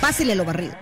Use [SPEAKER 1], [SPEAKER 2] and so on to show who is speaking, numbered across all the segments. [SPEAKER 1] Pásele lo barrido.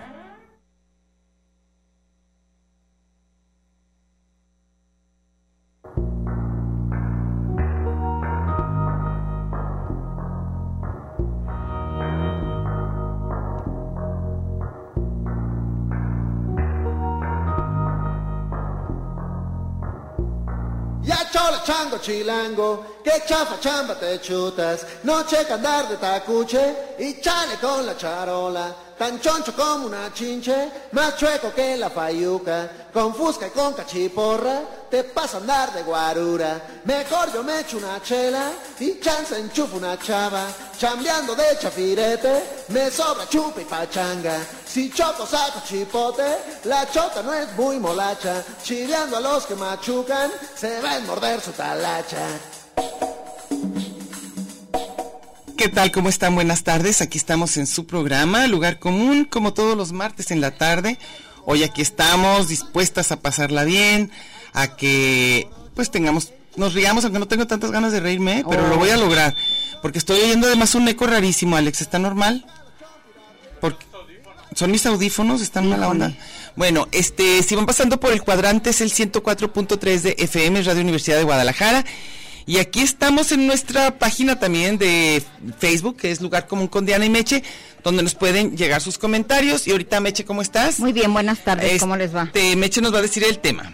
[SPEAKER 2] Ya chola chango chilango, que chafa chamba te chutas, no checa andar de tacuche y chale con la charola, tan choncho como una chinche, más chueco que la fayuca, con fusca y con cachiporra, te pasa a andar de guarura, mejor yo me echo una chela y chance enchufo una chava, chambeando de chafirete, me sobra chupa y pachanga, si choco saco chipote, la chota no es muy molacha, chileando a los que machucan, se va a morder su talacha.
[SPEAKER 3] ¿Qué tal? ¿Cómo están? Buenas tardes. Aquí estamos en su programa, Lugar Común, como todos los martes en la tarde. Hoy aquí estamos dispuestas a pasarla bien, a que pues tengamos, nos riamos, aunque no tengo tantas ganas de reírme, ¿eh? pero lo voy a lograr. Porque estoy oyendo además un eco rarísimo, Alex, ¿está normal? Porque son mis audífonos, están mala onda. Bueno, este, si van pasando por el cuadrante es el 104.3 de FM, Radio Universidad de Guadalajara. Y aquí estamos en nuestra página también de Facebook, que es Lugar Común con Diana y Meche, donde nos pueden llegar sus comentarios. Y ahorita, Meche, ¿cómo estás?
[SPEAKER 4] Muy bien, buenas tardes, ¿cómo les va?
[SPEAKER 3] Este, Meche nos va a decir el tema.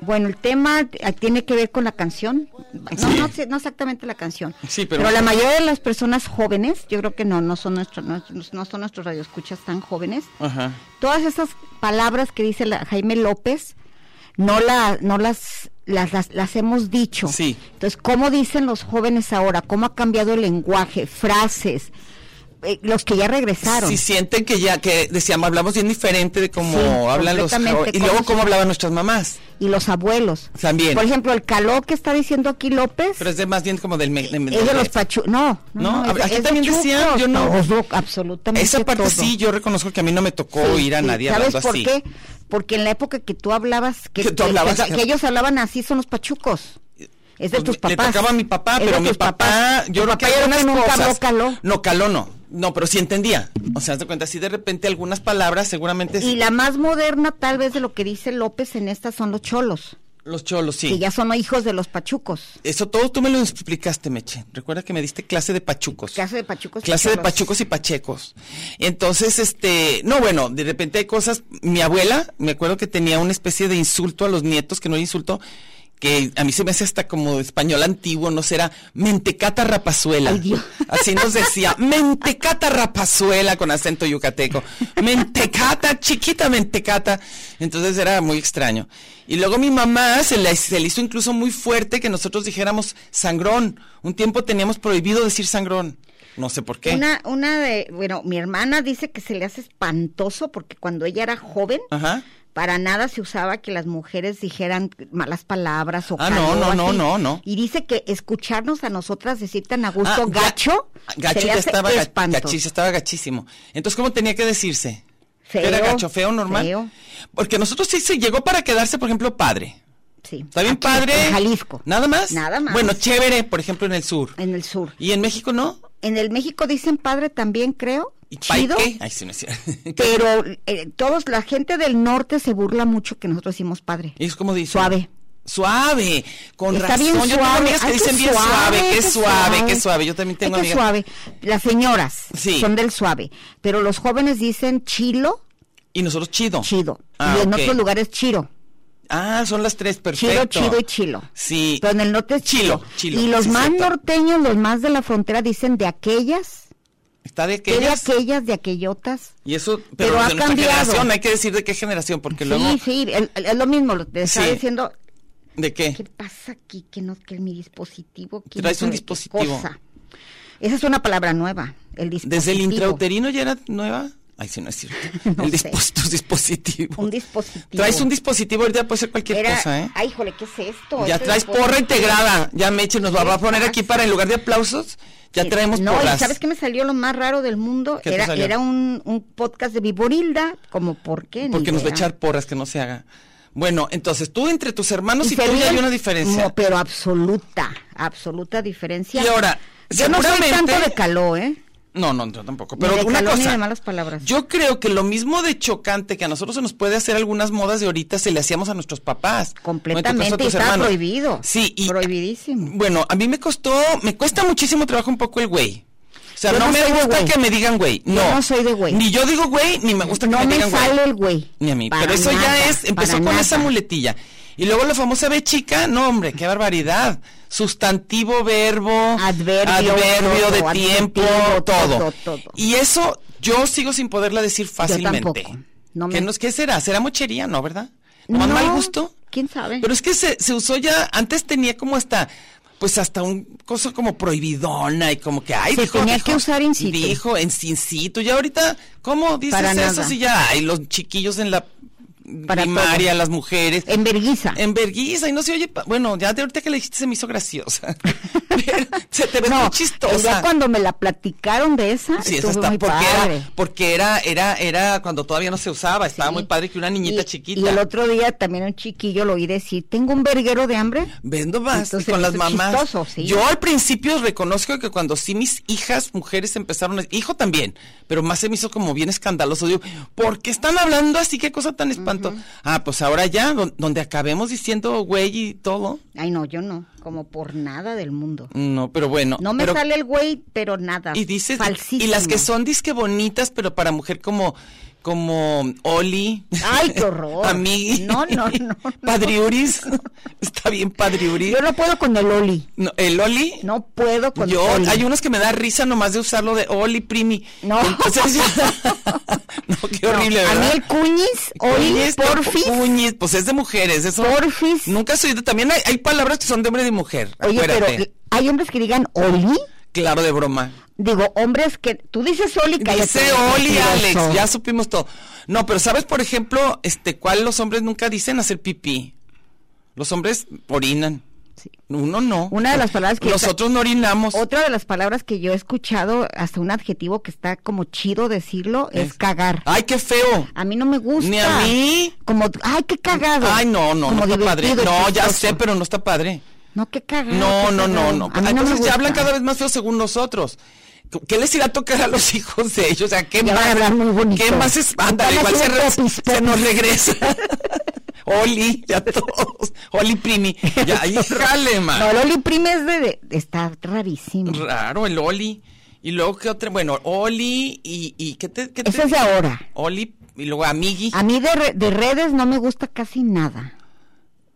[SPEAKER 4] Bueno, el tema eh, tiene que ver con la canción. No,
[SPEAKER 3] Sí.
[SPEAKER 4] no, sé- no exactamente la canción.
[SPEAKER 3] Sí, pero-
[SPEAKER 4] la mayoría de las personas jóvenes, yo creo que no, no son, nuestro, no, no son nuestros radioescuchas tan jóvenes.
[SPEAKER 3] Ajá.
[SPEAKER 4] Todas esas palabras que dice la- Jaime López, no, la, no las, las, las, las hemos dicho.
[SPEAKER 3] Sí.
[SPEAKER 4] Entonces, ¿cómo dicen los jóvenes ahora? ¿Cómo ha cambiado el lenguaje, frases? Eh, los que ya regresaron.
[SPEAKER 3] Si sienten que ya, que decíamos, hablamos bien diferente de cómo
[SPEAKER 4] Sí,
[SPEAKER 3] hablan los
[SPEAKER 4] completamente,
[SPEAKER 3] jóvenes. Y
[SPEAKER 4] cómo
[SPEAKER 3] luego
[SPEAKER 4] se-
[SPEAKER 3] cómo hablaban nuestras mamás.
[SPEAKER 4] Y los abuelos.
[SPEAKER 3] También.
[SPEAKER 4] Por ejemplo, el calor que está diciendo aquí López.
[SPEAKER 3] Pero es de más bien como del... me- de-
[SPEAKER 4] Es de
[SPEAKER 3] de-
[SPEAKER 4] los pachu... No,
[SPEAKER 3] No,
[SPEAKER 4] es de-
[SPEAKER 3] aquí
[SPEAKER 4] es de
[SPEAKER 3] también decían,
[SPEAKER 4] chucos,
[SPEAKER 3] yo no-
[SPEAKER 4] todo, absolutamente
[SPEAKER 3] Esa parte
[SPEAKER 4] todo.
[SPEAKER 3] sí, yo reconozco que a mí no me tocó
[SPEAKER 4] Sí,
[SPEAKER 3] ir a
[SPEAKER 4] sí.
[SPEAKER 3] nadie
[SPEAKER 4] ¿Sabes
[SPEAKER 3] hablando
[SPEAKER 4] por
[SPEAKER 3] así.
[SPEAKER 4] qué? Porque en la época que tú hablabas, que,
[SPEAKER 3] Que tú
[SPEAKER 4] que-
[SPEAKER 3] hablabas. eh,
[SPEAKER 4] que- que ellos hablaban así, son los pachucos. Es de
[SPEAKER 3] Pues
[SPEAKER 4] tus
[SPEAKER 3] me-
[SPEAKER 4] papás.
[SPEAKER 3] Le tocaba a mi papá,
[SPEAKER 4] Es de
[SPEAKER 3] pero mi
[SPEAKER 4] tus
[SPEAKER 3] papá,
[SPEAKER 4] papás.
[SPEAKER 3] yo
[SPEAKER 4] Tu
[SPEAKER 3] creo que
[SPEAKER 4] papá yo creo
[SPEAKER 3] algunas
[SPEAKER 4] que nunca habló
[SPEAKER 3] cosas-
[SPEAKER 4] caló.
[SPEAKER 3] No, caló no. No, pero sí entendía. O sea, haz de cuenta, si de repente algunas palabras, seguramente
[SPEAKER 4] Y
[SPEAKER 3] sí.
[SPEAKER 4] la más moderna, tal vez, de lo que dice López en esta son los cholos,
[SPEAKER 3] los cholos, sí.
[SPEAKER 4] que ya son hijos de los pachucos.
[SPEAKER 3] Eso todo tú me lo explicaste, Meche. Recuerda que me diste clase de pachucos.
[SPEAKER 4] Clase de pachucos. y
[SPEAKER 3] clase de
[SPEAKER 4] cholos.
[SPEAKER 3] pachucos y pachecos. Entonces, este, no, bueno, de repente hay cosas, mi abuela, me acuerdo que tenía una especie de insulto a los nietos, que no era insulto, que a mí se me hace hasta como español antiguo, no será, mentecata rapazuela.
[SPEAKER 4] Ay, Dios.
[SPEAKER 3] Así nos decía, mentecata rapazuela con acento yucateco. Mentecata, chiquita mentecata. Entonces era muy extraño. Y luego mi mamá se le, se le hizo incluso muy fuerte que nosotros dijéramos sangrón. Un tiempo teníamos prohibido decir sangrón. No sé por qué.
[SPEAKER 4] Una, una de, bueno, mi hermana dice que se le hace espantoso porque cuando ella era joven,
[SPEAKER 3] Ajá.
[SPEAKER 4] para nada se usaba que las mujeres dijeran malas palabras o
[SPEAKER 3] Ah, no,
[SPEAKER 4] caló,
[SPEAKER 3] no, no,
[SPEAKER 4] así.
[SPEAKER 3] no, no.
[SPEAKER 4] Y dice que escucharnos a nosotras decir tan a gusto
[SPEAKER 3] Ah, ga-
[SPEAKER 4] gacho,
[SPEAKER 3] Gacho
[SPEAKER 4] se le
[SPEAKER 3] ya
[SPEAKER 4] hace
[SPEAKER 3] estaba, ga-
[SPEAKER 4] espanto.
[SPEAKER 3] gachi- estaba gachísimo. Entonces, ¿cómo tenía que decirse?
[SPEAKER 4] Feo,
[SPEAKER 3] Era gacho, feo, normal.
[SPEAKER 4] feo.
[SPEAKER 3] Porque nosotros sí se llegó para quedarse, por ejemplo, padre.
[SPEAKER 4] Sí.
[SPEAKER 3] Está bien
[SPEAKER 4] Aquí,
[SPEAKER 3] padre.
[SPEAKER 4] En Jalisco.
[SPEAKER 3] Nada más.
[SPEAKER 4] Nada más. Eh.
[SPEAKER 3] Bueno, chévere, por ejemplo, en el sur.
[SPEAKER 4] En el sur.
[SPEAKER 3] Y en México no.
[SPEAKER 4] En el México dicen padre también, creo.
[SPEAKER 3] ¿Y pa'
[SPEAKER 4] Chido.
[SPEAKER 3] qué? Ay, sí, no es cierto.
[SPEAKER 4] Pero eh, todos, la gente del norte se burla mucho que nosotros decimos padre.
[SPEAKER 3] ¿Y es como dice?
[SPEAKER 4] Suave.
[SPEAKER 3] Suave, con
[SPEAKER 4] Está
[SPEAKER 3] razón.
[SPEAKER 4] bien
[SPEAKER 3] Yo tengo
[SPEAKER 4] suave.
[SPEAKER 3] amigas que
[SPEAKER 4] Ay, qué
[SPEAKER 3] dicen bien suave, qué suave, qué suave. Yo también
[SPEAKER 4] Ay,
[SPEAKER 3] tengo
[SPEAKER 4] qué
[SPEAKER 3] amigas.
[SPEAKER 4] suave. Las señoras
[SPEAKER 3] Sí.
[SPEAKER 4] son del suave, pero los jóvenes dicen chilo,
[SPEAKER 3] Y nosotros chido.
[SPEAKER 4] chido.
[SPEAKER 3] Ah,
[SPEAKER 4] y en
[SPEAKER 3] ok.
[SPEAKER 4] otros lugares chiro.
[SPEAKER 3] Ah, son las tres,
[SPEAKER 4] Chilo,
[SPEAKER 3] perfecto.
[SPEAKER 4] chido y chilo.
[SPEAKER 3] Sí.
[SPEAKER 4] Pero en el norte es chilo.
[SPEAKER 3] Chilo, chilo,
[SPEAKER 4] y los
[SPEAKER 3] sí,
[SPEAKER 4] más
[SPEAKER 3] cierto.
[SPEAKER 4] norteños, los más de la frontera, dicen de aquellas,
[SPEAKER 3] Está de
[SPEAKER 4] que de
[SPEAKER 3] aquellas.
[SPEAKER 4] aquellas, de aquellotas.
[SPEAKER 3] Y eso, pero,
[SPEAKER 4] Pero ha
[SPEAKER 3] de nuestra
[SPEAKER 4] cambiado.
[SPEAKER 3] generación, hay que decir de qué generación, porque luego,
[SPEAKER 4] Sí, sí, el- el- es lo mismo, lo te estaba
[SPEAKER 3] Sí.
[SPEAKER 4] diciendo.
[SPEAKER 3] ¿de
[SPEAKER 4] ¿Qué
[SPEAKER 3] qué?
[SPEAKER 4] pasa aquí? Que no, que mi dispositivo. que
[SPEAKER 3] Traes
[SPEAKER 4] no
[SPEAKER 3] un
[SPEAKER 4] sabe qué
[SPEAKER 3] dispositivo.
[SPEAKER 4] cosa. Esa es una palabra nueva, el dispositivo.
[SPEAKER 3] ¿Desde el intrauterino ya era nueva? Ay, sí, no es cierto.
[SPEAKER 4] No
[SPEAKER 3] el
[SPEAKER 4] sé.
[SPEAKER 3] dispos- tus dispositivos.
[SPEAKER 4] Un dispositivo.
[SPEAKER 3] Traes un dispositivo, ahorita puede ser cualquier
[SPEAKER 4] Era-
[SPEAKER 3] cosa, ¿eh?
[SPEAKER 4] Ay, híjole, ¿qué es esto?
[SPEAKER 3] Ya
[SPEAKER 4] Este
[SPEAKER 3] traes
[SPEAKER 4] dispositivo.
[SPEAKER 3] porra integrada. Ya Meche nos va a poner aquí para en lugar de aplausos, ya
[SPEAKER 4] Sí.
[SPEAKER 3] traemos
[SPEAKER 4] No,
[SPEAKER 3] porras.
[SPEAKER 4] y ¿sabes qué me salió lo más raro del mundo?
[SPEAKER 3] ¿Qué te
[SPEAKER 4] Era,
[SPEAKER 3] salió?
[SPEAKER 4] era un, un podcast de Viborilda, como ¿por qué? Ni
[SPEAKER 3] Porque nos va a
[SPEAKER 4] idea.
[SPEAKER 3] echar porras que no se haga. Bueno, entonces tú entre tus hermanos y,
[SPEAKER 4] se
[SPEAKER 3] tú ya
[SPEAKER 4] ríen,
[SPEAKER 3] hay una diferencia.
[SPEAKER 4] no, pero absoluta, absoluta diferencia.
[SPEAKER 3] Y ahora,
[SPEAKER 4] yo no soy
[SPEAKER 3] seguramente-
[SPEAKER 4] tanto de caló, ¿eh?
[SPEAKER 3] No, no, yo tampoco.
[SPEAKER 4] Ni
[SPEAKER 3] Pero
[SPEAKER 4] de
[SPEAKER 3] una
[SPEAKER 4] calor, ni
[SPEAKER 3] cosa.
[SPEAKER 4] de malas palabras.
[SPEAKER 3] Yo creo que lo mismo de chocante que a nosotros se nos puede hacer algunas modas de ahorita se le hacíamos a nuestros papás. No, en tu caso, a
[SPEAKER 4] Completamente,
[SPEAKER 3] tus
[SPEAKER 4] y está
[SPEAKER 3] hermanos.
[SPEAKER 4] prohibido.
[SPEAKER 3] Sí, y
[SPEAKER 4] Prohibidísimo.
[SPEAKER 3] Bueno, a mí me costó, me cuesta muchísimo trabajo un poco el güey. O sea,
[SPEAKER 4] Yo
[SPEAKER 3] no,
[SPEAKER 4] no
[SPEAKER 3] me
[SPEAKER 4] soy de
[SPEAKER 3] gusta
[SPEAKER 4] güey.
[SPEAKER 3] que me digan güey.
[SPEAKER 4] Yo
[SPEAKER 3] No.
[SPEAKER 4] no soy de güey.
[SPEAKER 3] Ni yo digo güey, ni me gusta que
[SPEAKER 4] no
[SPEAKER 3] me,
[SPEAKER 4] me
[SPEAKER 3] digan
[SPEAKER 4] sale
[SPEAKER 3] güey.
[SPEAKER 4] el güey.
[SPEAKER 3] Ni a mí.
[SPEAKER 4] Para
[SPEAKER 3] Pero eso
[SPEAKER 4] nada,
[SPEAKER 3] ya es, empezó
[SPEAKER 4] para
[SPEAKER 3] con
[SPEAKER 4] nada.
[SPEAKER 3] esa muletilla. Y luego la famosa B chica, no hombre, qué barbaridad. Sustantivo, verbo,
[SPEAKER 4] Adverbio,
[SPEAKER 3] adverbio
[SPEAKER 4] todo,
[SPEAKER 3] de tiempo,
[SPEAKER 4] adjetivo,
[SPEAKER 3] todo.
[SPEAKER 4] todo, todo.
[SPEAKER 3] Y eso yo sigo sin poderla decir fácilmente.
[SPEAKER 4] tampoco. No
[SPEAKER 3] ¿Qué,
[SPEAKER 4] me-
[SPEAKER 3] nos- qué será? ¿Será mochería? No, ¿verdad? ¿No,
[SPEAKER 4] No,
[SPEAKER 3] mal gusto?
[SPEAKER 4] ¿Quién sabe?
[SPEAKER 3] Pero es que se, se usó ya, antes tenía como hasta, pues hasta un cosa como prohibidona y como que, ay,
[SPEAKER 4] Se
[SPEAKER 3] dijo,
[SPEAKER 4] tenía
[SPEAKER 3] dijo,
[SPEAKER 4] que usar in situ.
[SPEAKER 3] Dijo, en sin situ. Y ahorita, ¿cómo dices
[SPEAKER 4] Para
[SPEAKER 3] eso
[SPEAKER 4] nada.
[SPEAKER 3] si ya hay los chiquillos en la
[SPEAKER 4] Para Eh,
[SPEAKER 3] primaria, las mujeres?
[SPEAKER 4] en vergüenza.
[SPEAKER 3] En vergüenza y no se oye, pa- bueno, ya de ahorita que le dijiste se me hizo graciosa. Pero se te ve muy
[SPEAKER 4] Ya
[SPEAKER 3] chistosa.
[SPEAKER 4] cuando me la platicaron de esa,
[SPEAKER 3] Sí, eso
[SPEAKER 4] estuvo
[SPEAKER 3] está
[SPEAKER 4] muy
[SPEAKER 3] porque
[SPEAKER 4] padre.
[SPEAKER 3] era, porque era, era, era cuando todavía no se usaba, estaba
[SPEAKER 4] Sí.
[SPEAKER 3] muy padre que una niñita
[SPEAKER 4] Y-
[SPEAKER 3] chiquita.
[SPEAKER 4] Y el otro día también un chiquillo lo oí decir, tengo un verguero de hambre.
[SPEAKER 3] Vendo más
[SPEAKER 4] Entonces,
[SPEAKER 3] con las
[SPEAKER 4] es
[SPEAKER 3] mamás.
[SPEAKER 4] chistoso, sí.
[SPEAKER 3] Yo al principio reconozco que cuando sí mis hijas mujeres empezaron, a- hijo también, pero más se me hizo como bien escandaloso. Digo, ¿por qué están hablando así? ¿Qué cosa tan espanto? Ah, pues ahora ya, don- donde acabemos diciendo güey y todo.
[SPEAKER 4] Ay, no, yo no, como por nada del mundo.
[SPEAKER 3] No, pero bueno.
[SPEAKER 4] No me
[SPEAKER 3] pero-
[SPEAKER 4] sale el güey, pero nada.
[SPEAKER 3] Y dices,
[SPEAKER 4] falsísimo.
[SPEAKER 3] y las que son disque bonitas, pero para mujer como, como Oli.
[SPEAKER 4] Ay, qué horror.
[SPEAKER 3] Amigui.
[SPEAKER 4] No, no, no, no.
[SPEAKER 3] Padriuris. Está bien Padriuris.
[SPEAKER 4] Yo no puedo con el Oli.
[SPEAKER 3] No, el Oli.
[SPEAKER 4] No puedo con
[SPEAKER 3] Yo,
[SPEAKER 4] el Oli.
[SPEAKER 3] hay unos que me da risa nomás de usarlo de Oli Primi.
[SPEAKER 4] No.
[SPEAKER 3] Entonces, no, qué
[SPEAKER 4] No,
[SPEAKER 3] horrible,
[SPEAKER 4] A
[SPEAKER 3] ¿verdad?
[SPEAKER 4] mí el cuñis, Oli,
[SPEAKER 3] Cuñes,
[SPEAKER 4] porfis.
[SPEAKER 3] cuñes, pues es de mujeres, eso.
[SPEAKER 4] Porfis.
[SPEAKER 3] Nunca soy de, también hay, hay palabras que son de hombre y de mujer.
[SPEAKER 4] Oye,
[SPEAKER 3] acuérdate.
[SPEAKER 4] pero hay hombres que digan Oli.
[SPEAKER 3] Claro, de broma.
[SPEAKER 4] Digo, hombres que. Tú dices Oli, cállate.
[SPEAKER 3] Dice Oli
[SPEAKER 4] mentiroso.
[SPEAKER 3] Alex, ya supimos todo. No, pero ¿sabes, por ejemplo, este cuál los hombres nunca dicen hacer pipí? Los hombres orinan.
[SPEAKER 4] Sí.
[SPEAKER 3] Uno no.
[SPEAKER 4] Una de las palabras que-
[SPEAKER 3] Nosotros no orinamos.
[SPEAKER 4] Otra de las palabras que yo he escuchado, hasta un adjetivo que está como chido decirlo, es, cagar.
[SPEAKER 3] Ay, qué feo.
[SPEAKER 4] A mí no me gusta.
[SPEAKER 3] Ni a mí.
[SPEAKER 4] Como, ay, qué cagado.
[SPEAKER 3] Ay, no, no,
[SPEAKER 4] Como
[SPEAKER 3] no está padre.
[SPEAKER 4] divertido y
[SPEAKER 3] No, ya
[SPEAKER 4] chistoso.
[SPEAKER 3] sé, pero no está padre.
[SPEAKER 4] No, qué cagado.
[SPEAKER 3] No,
[SPEAKER 4] qué
[SPEAKER 3] no, no,
[SPEAKER 4] cagado.
[SPEAKER 3] no.
[SPEAKER 4] A mí no me
[SPEAKER 3] Entonces
[SPEAKER 4] gusta.
[SPEAKER 3] ya hablan cada vez más feo según nosotros. ¿Qué les irá a tocar a los hijos de ellos? O sea, ¿qué
[SPEAKER 4] Ya van a
[SPEAKER 3] más?
[SPEAKER 4] hablar muy bonito.
[SPEAKER 3] ¿Qué más es? Ándale,
[SPEAKER 4] Van a
[SPEAKER 3] igual se,
[SPEAKER 4] hacer
[SPEAKER 3] re-
[SPEAKER 4] popis,
[SPEAKER 3] se
[SPEAKER 4] popis.
[SPEAKER 3] nos regresa. Oli, ya todos. Oli Primi. Ya, híjale, man.
[SPEAKER 4] No, el Oli Prime es de, de- Está rarísimo.
[SPEAKER 3] Raro el Oli. Y luego, ¿qué otra? Bueno, Oli y, y ¿qué te, qué te-
[SPEAKER 4] Eso es de ahora.
[SPEAKER 3] Oli y luego Amigui.
[SPEAKER 4] A mí de, re- de redes no me gusta casi nada.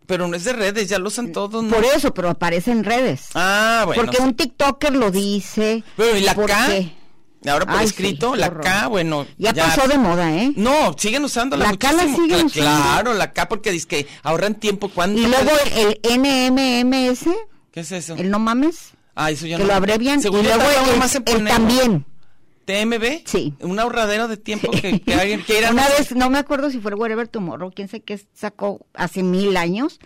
[SPEAKER 3] Pero no es de redes, ya lo usan todos, ¿no?
[SPEAKER 4] Mm, Por eso, pero aparece en redes.
[SPEAKER 3] Ah, bueno.
[SPEAKER 4] porque
[SPEAKER 3] sí.
[SPEAKER 4] un TikToker lo dice.
[SPEAKER 3] Pero y la
[SPEAKER 4] porque-
[SPEAKER 3] K, ahora por
[SPEAKER 4] Ay,
[SPEAKER 3] escrito,
[SPEAKER 4] sí,
[SPEAKER 3] la
[SPEAKER 4] horror.
[SPEAKER 3] K, bueno.
[SPEAKER 4] Ya, pasó de moda, ¿eh?
[SPEAKER 3] No, siguen usándola
[SPEAKER 4] La K la
[SPEAKER 3] muchísimo.
[SPEAKER 4] siguen
[SPEAKER 3] Cla-
[SPEAKER 4] usando.
[SPEAKER 3] Claro, la K porque dice que ahorran tiempo cuando.
[SPEAKER 4] Y luego el NMMS,
[SPEAKER 3] ¿Qué es eso?
[SPEAKER 4] el no mames,
[SPEAKER 3] ah, eso ya
[SPEAKER 4] que lo abrevian. Y
[SPEAKER 3] Según yo
[SPEAKER 4] luego
[SPEAKER 3] tardaba
[SPEAKER 4] el,
[SPEAKER 3] más en
[SPEAKER 4] el
[SPEAKER 3] ponerlo.
[SPEAKER 4] también.
[SPEAKER 3] TMB.
[SPEAKER 4] Sí.
[SPEAKER 3] Un ahorradero de tiempo que, que alguien que era-
[SPEAKER 4] Una vez, no me acuerdo si fue el Wherever Tomorrow, quién sé qué sacó hace mil años.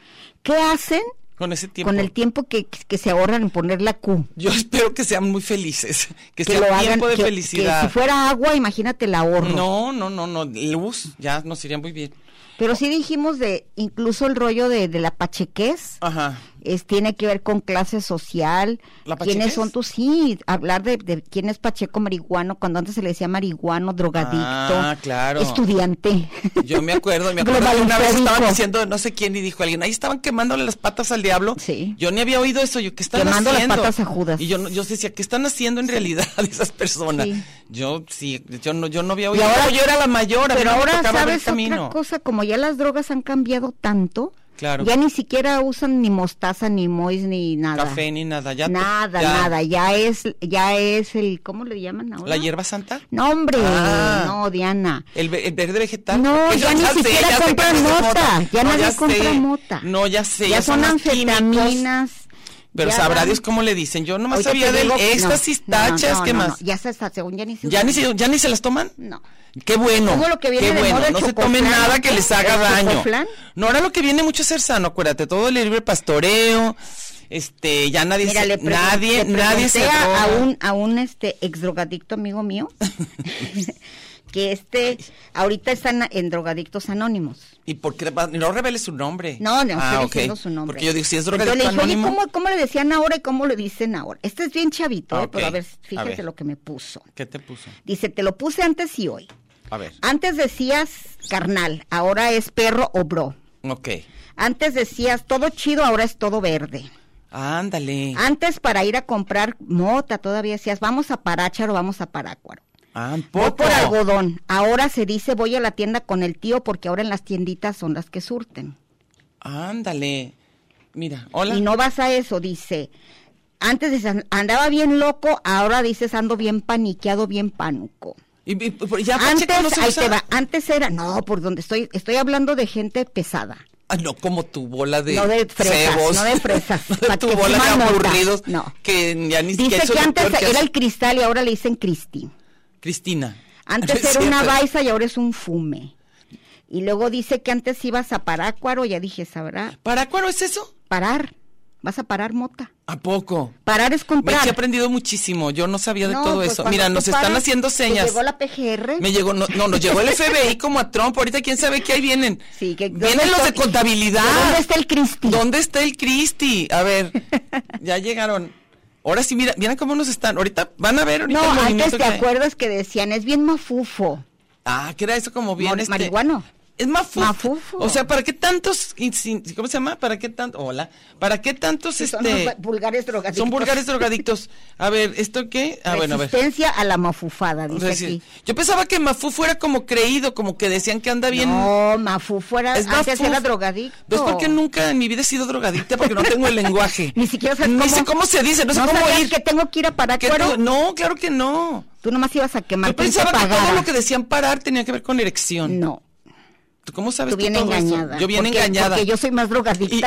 [SPEAKER 4] ¿Qué hacen
[SPEAKER 3] con ese tiempo.
[SPEAKER 4] con el tiempo que, que se ahorran en poner la Q?
[SPEAKER 3] Yo espero que sean muy felices, que,
[SPEAKER 4] Que
[SPEAKER 3] sea
[SPEAKER 4] lo hagan,
[SPEAKER 3] tiempo de
[SPEAKER 4] que- que
[SPEAKER 3] felicidad.
[SPEAKER 4] si fuera agua, imagínate el ahorro.
[SPEAKER 3] no, no, no, no, luz, ya nos iría muy bien.
[SPEAKER 4] Pero sí dijimos de, incluso el rollo de, de la pachequez,
[SPEAKER 3] Ajá.
[SPEAKER 4] es, tiene que ver con clase social,
[SPEAKER 3] ¿La
[SPEAKER 4] quiénes
[SPEAKER 3] pachequez?
[SPEAKER 4] son tus, sí, hablar de, de quién es Pacheco marihuano, cuando antes se le decía marihuano, drogadicto,
[SPEAKER 3] Ah, claro.
[SPEAKER 4] estudiante.
[SPEAKER 3] Yo me acuerdo, me acuerdo que una vez
[SPEAKER 4] Globalizadico.
[SPEAKER 3] estaban diciendo no sé quién y dijo alguien, ahí estaban quemándole las patas al diablo.
[SPEAKER 4] Sí.
[SPEAKER 3] Yo ni había oído eso, yo qué están
[SPEAKER 4] Quemando las
[SPEAKER 3] haciendo.
[SPEAKER 4] patas a Judas.
[SPEAKER 3] Y yo no- yo decía, ¿qué están haciendo en realidad esas personas?
[SPEAKER 4] Sí.
[SPEAKER 3] Yo sí, yo no yo no había oído.
[SPEAKER 4] ahora-
[SPEAKER 3] yo era la mayor, a mí
[SPEAKER 4] Pero
[SPEAKER 3] no me
[SPEAKER 4] ahora
[SPEAKER 3] tocaba abrir
[SPEAKER 4] sabes
[SPEAKER 3] camino.
[SPEAKER 4] otra cosa como ya las drogas han cambiado tanto,
[SPEAKER 3] Claro.
[SPEAKER 4] ya ni siquiera usan ni mostaza, ni mois, ni nada.
[SPEAKER 3] Café ni nada. Ya te-
[SPEAKER 4] nada,
[SPEAKER 3] ya-
[SPEAKER 4] nada. Ya es, ya es el, ¿cómo le llaman ahora?
[SPEAKER 3] ¿La hierba santa?
[SPEAKER 4] No, hombre,
[SPEAKER 3] Ah.
[SPEAKER 4] no, Diana.
[SPEAKER 3] El, ve- el verde vegetal.
[SPEAKER 4] No,
[SPEAKER 3] Porque
[SPEAKER 4] ya ni
[SPEAKER 3] sé, sé
[SPEAKER 4] siquiera
[SPEAKER 3] que
[SPEAKER 4] compran
[SPEAKER 3] no es
[SPEAKER 4] mota, ya nadie compra
[SPEAKER 3] sé.
[SPEAKER 4] mota.
[SPEAKER 3] No, ya sé.
[SPEAKER 4] ya son
[SPEAKER 3] más químicos.
[SPEAKER 4] anfetaminas.
[SPEAKER 3] Pero
[SPEAKER 4] ya
[SPEAKER 3] sabrá
[SPEAKER 4] dan-
[SPEAKER 3] Dios cómo le dicen. Yo nomás
[SPEAKER 4] Ahorita
[SPEAKER 3] sabía
[SPEAKER 4] te
[SPEAKER 3] del
[SPEAKER 4] digo-
[SPEAKER 3] éxtasis,
[SPEAKER 4] no, no, no,
[SPEAKER 3] tachas,
[SPEAKER 4] no,
[SPEAKER 3] ¿qué
[SPEAKER 4] no,
[SPEAKER 3] más?
[SPEAKER 4] Ya se está, según ya ni se
[SPEAKER 3] ¿Ya,
[SPEAKER 4] usa.
[SPEAKER 3] ni se, ¿Ya ni se las toman?
[SPEAKER 4] No.
[SPEAKER 3] Qué bueno.
[SPEAKER 4] Luego lo que viene
[SPEAKER 3] qué
[SPEAKER 4] de
[SPEAKER 3] bueno.
[SPEAKER 4] moda, el
[SPEAKER 3] no se tomen
[SPEAKER 4] chocoflan,
[SPEAKER 3] nada que les haga
[SPEAKER 4] ¿el
[SPEAKER 3] daño.
[SPEAKER 4] chocoflan?
[SPEAKER 3] No, ahora lo que viene mucho es ser sano. Acuérdate, todo el libre pastoreo. Este, ya nadie
[SPEAKER 4] Mira,
[SPEAKER 3] se,
[SPEAKER 4] le pregun-
[SPEAKER 3] nadie,
[SPEAKER 4] le
[SPEAKER 3] nadie se
[SPEAKER 4] pregunté a, a
[SPEAKER 3] droga.
[SPEAKER 4] un a un este exdrogadicto amigo mío que este ahorita están en drogadictos anónimos.
[SPEAKER 3] ¿Y por qué va- no reveles su nombre?
[SPEAKER 4] No, no,
[SPEAKER 3] ah,
[SPEAKER 4] estoy
[SPEAKER 3] ok.
[SPEAKER 4] diciendo su nombre.
[SPEAKER 3] Porque yo digo, si es
[SPEAKER 4] Entonces
[SPEAKER 3] drogadicto
[SPEAKER 4] Pues le dije,
[SPEAKER 3] anónimo.
[SPEAKER 4] Oye, ¿cómo, ¿cómo le decían ahora y cómo le dicen ahora? Este es bien chavito,
[SPEAKER 3] Ah,
[SPEAKER 4] eh, pero
[SPEAKER 3] ok.
[SPEAKER 4] a ver,
[SPEAKER 3] A
[SPEAKER 4] fíjate
[SPEAKER 3] ver.
[SPEAKER 4] lo que me puso.
[SPEAKER 3] ¿Qué te puso?
[SPEAKER 4] Dice, te lo puse antes y hoy.
[SPEAKER 3] A ver.
[SPEAKER 4] Antes decías carnal, ahora es perro o bro.
[SPEAKER 3] Ok.
[SPEAKER 4] Antes decías todo chido, ahora es todo verde.
[SPEAKER 3] Ándale.
[SPEAKER 4] Antes para ir a comprar mota todavía decías, vamos a Parácharo, vamos a Parácuaro.
[SPEAKER 3] Ah,
[SPEAKER 4] Voy
[SPEAKER 3] poco.
[SPEAKER 4] por algodón. Ahora se dice voy a la tienda con el tío porque ahora en las tienditas son las que surten.
[SPEAKER 3] Ándale. Mira, hola.
[SPEAKER 4] Y no vas a eso, dice. Antes dices, andaba bien loco, ahora dices ando bien paniqueado, bien pánuco.
[SPEAKER 3] Y- y- y- ya
[SPEAKER 4] Antes,
[SPEAKER 3] Pacheco no se
[SPEAKER 4] ahí
[SPEAKER 3] usa-
[SPEAKER 4] te va, antes era, no, por donde estoy, estoy hablando de gente pesada.
[SPEAKER 3] Ah, no, como tu bola de
[SPEAKER 4] No de fresas,
[SPEAKER 3] cebos.
[SPEAKER 4] no de fresas, pa'
[SPEAKER 3] tu
[SPEAKER 4] que
[SPEAKER 3] bola de
[SPEAKER 4] fuman mota.
[SPEAKER 3] aburridos.
[SPEAKER 4] No.
[SPEAKER 3] Que ya ni
[SPEAKER 4] Dice
[SPEAKER 3] eso
[SPEAKER 4] que,
[SPEAKER 3] es lo
[SPEAKER 4] antes
[SPEAKER 3] peor que
[SPEAKER 4] era
[SPEAKER 3] hace.
[SPEAKER 4] el cristal y ahora le dicen Cristi.
[SPEAKER 3] Cristina.
[SPEAKER 4] Antes
[SPEAKER 3] No es
[SPEAKER 4] era una
[SPEAKER 3] cierto.
[SPEAKER 4] baisa y ahora es un fume. Y luego dice que antes ibas a Parácuaro, ya dije, ¿sabrá?
[SPEAKER 3] ¿Para cuándo es eso?
[SPEAKER 4] Parar. Vas a parar mota.
[SPEAKER 3] ¿A poco?
[SPEAKER 4] Parar es
[SPEAKER 3] Me
[SPEAKER 4] comprar.
[SPEAKER 3] he aprendido muchísimo. Yo no sabía de
[SPEAKER 4] No,
[SPEAKER 3] todo
[SPEAKER 4] pues
[SPEAKER 3] eso.
[SPEAKER 4] cuando
[SPEAKER 3] Mira,
[SPEAKER 4] tú
[SPEAKER 3] nos están
[SPEAKER 4] paras,
[SPEAKER 3] haciendo
[SPEAKER 4] te
[SPEAKER 3] señas.
[SPEAKER 4] llegó la PGR.
[SPEAKER 3] Me llegó, no, no, nos llegó el FBI como a Trump. Ahorita quién sabe qué ahí vienen.
[SPEAKER 4] Sí, que-
[SPEAKER 3] vienen los de
[SPEAKER 4] ¿dónde-
[SPEAKER 3] contabilidad.
[SPEAKER 4] ¿Dónde está el Cristi?
[SPEAKER 3] ¿Dónde está el Cristi? A ver, ya llegaron. Ahora sí, mira, mira cómo nos están. Ahorita van a ver. Ahorita
[SPEAKER 4] No,
[SPEAKER 3] el
[SPEAKER 4] antes
[SPEAKER 3] movimiento
[SPEAKER 4] te
[SPEAKER 3] que hay.
[SPEAKER 4] acuerdas que decían, es bien mafufo.
[SPEAKER 3] Ah, que era eso como bien
[SPEAKER 4] Mor-
[SPEAKER 3] este-
[SPEAKER 4] marihuano.
[SPEAKER 3] Es mafufo.
[SPEAKER 4] Mafufo.
[SPEAKER 3] O sea, ¿para qué tantos insin- cómo se llama? ¿Para qué tanto? Hola. ¿Para qué tantos
[SPEAKER 4] Sí,
[SPEAKER 3] este
[SPEAKER 4] son los va- vulgares drogadictos.
[SPEAKER 3] Son vulgares drogadictos. A ver, ¿esto qué? Ah, bueno, a ver.
[SPEAKER 4] Resistencia a la mafufada, dice
[SPEAKER 3] Resi-
[SPEAKER 4] aquí.
[SPEAKER 3] Yo pensaba que mafufo era como creído, como que decían que anda bien.
[SPEAKER 4] No, mafufo era,
[SPEAKER 3] Es
[SPEAKER 4] antes
[SPEAKER 3] mafufo.
[SPEAKER 4] era drogadicto.
[SPEAKER 3] Pues porque nunca en mi vida he sido drogadicta porque no tengo el lenguaje.
[SPEAKER 4] Ni siquiera sabes
[SPEAKER 3] No
[SPEAKER 4] cómo-
[SPEAKER 3] sé cómo se dice, no sé cómo
[SPEAKER 4] sabías
[SPEAKER 3] ir.
[SPEAKER 4] que tengo que ir a
[SPEAKER 3] ¿Qué
[SPEAKER 4] Parácuaro.
[SPEAKER 3] te- No, claro que no.
[SPEAKER 4] Tú nomás ibas a quemar.
[SPEAKER 3] Yo pensaba que
[SPEAKER 4] pagada.
[SPEAKER 3] todo lo que decían parar tenía que ver con erección.
[SPEAKER 4] No.
[SPEAKER 3] ¿Tú cómo sabes
[SPEAKER 4] Tú bien
[SPEAKER 3] todo eso?
[SPEAKER 4] engañada.
[SPEAKER 3] Yo bien
[SPEAKER 4] porque,
[SPEAKER 3] engañada.
[SPEAKER 4] Porque yo soy más drogadicta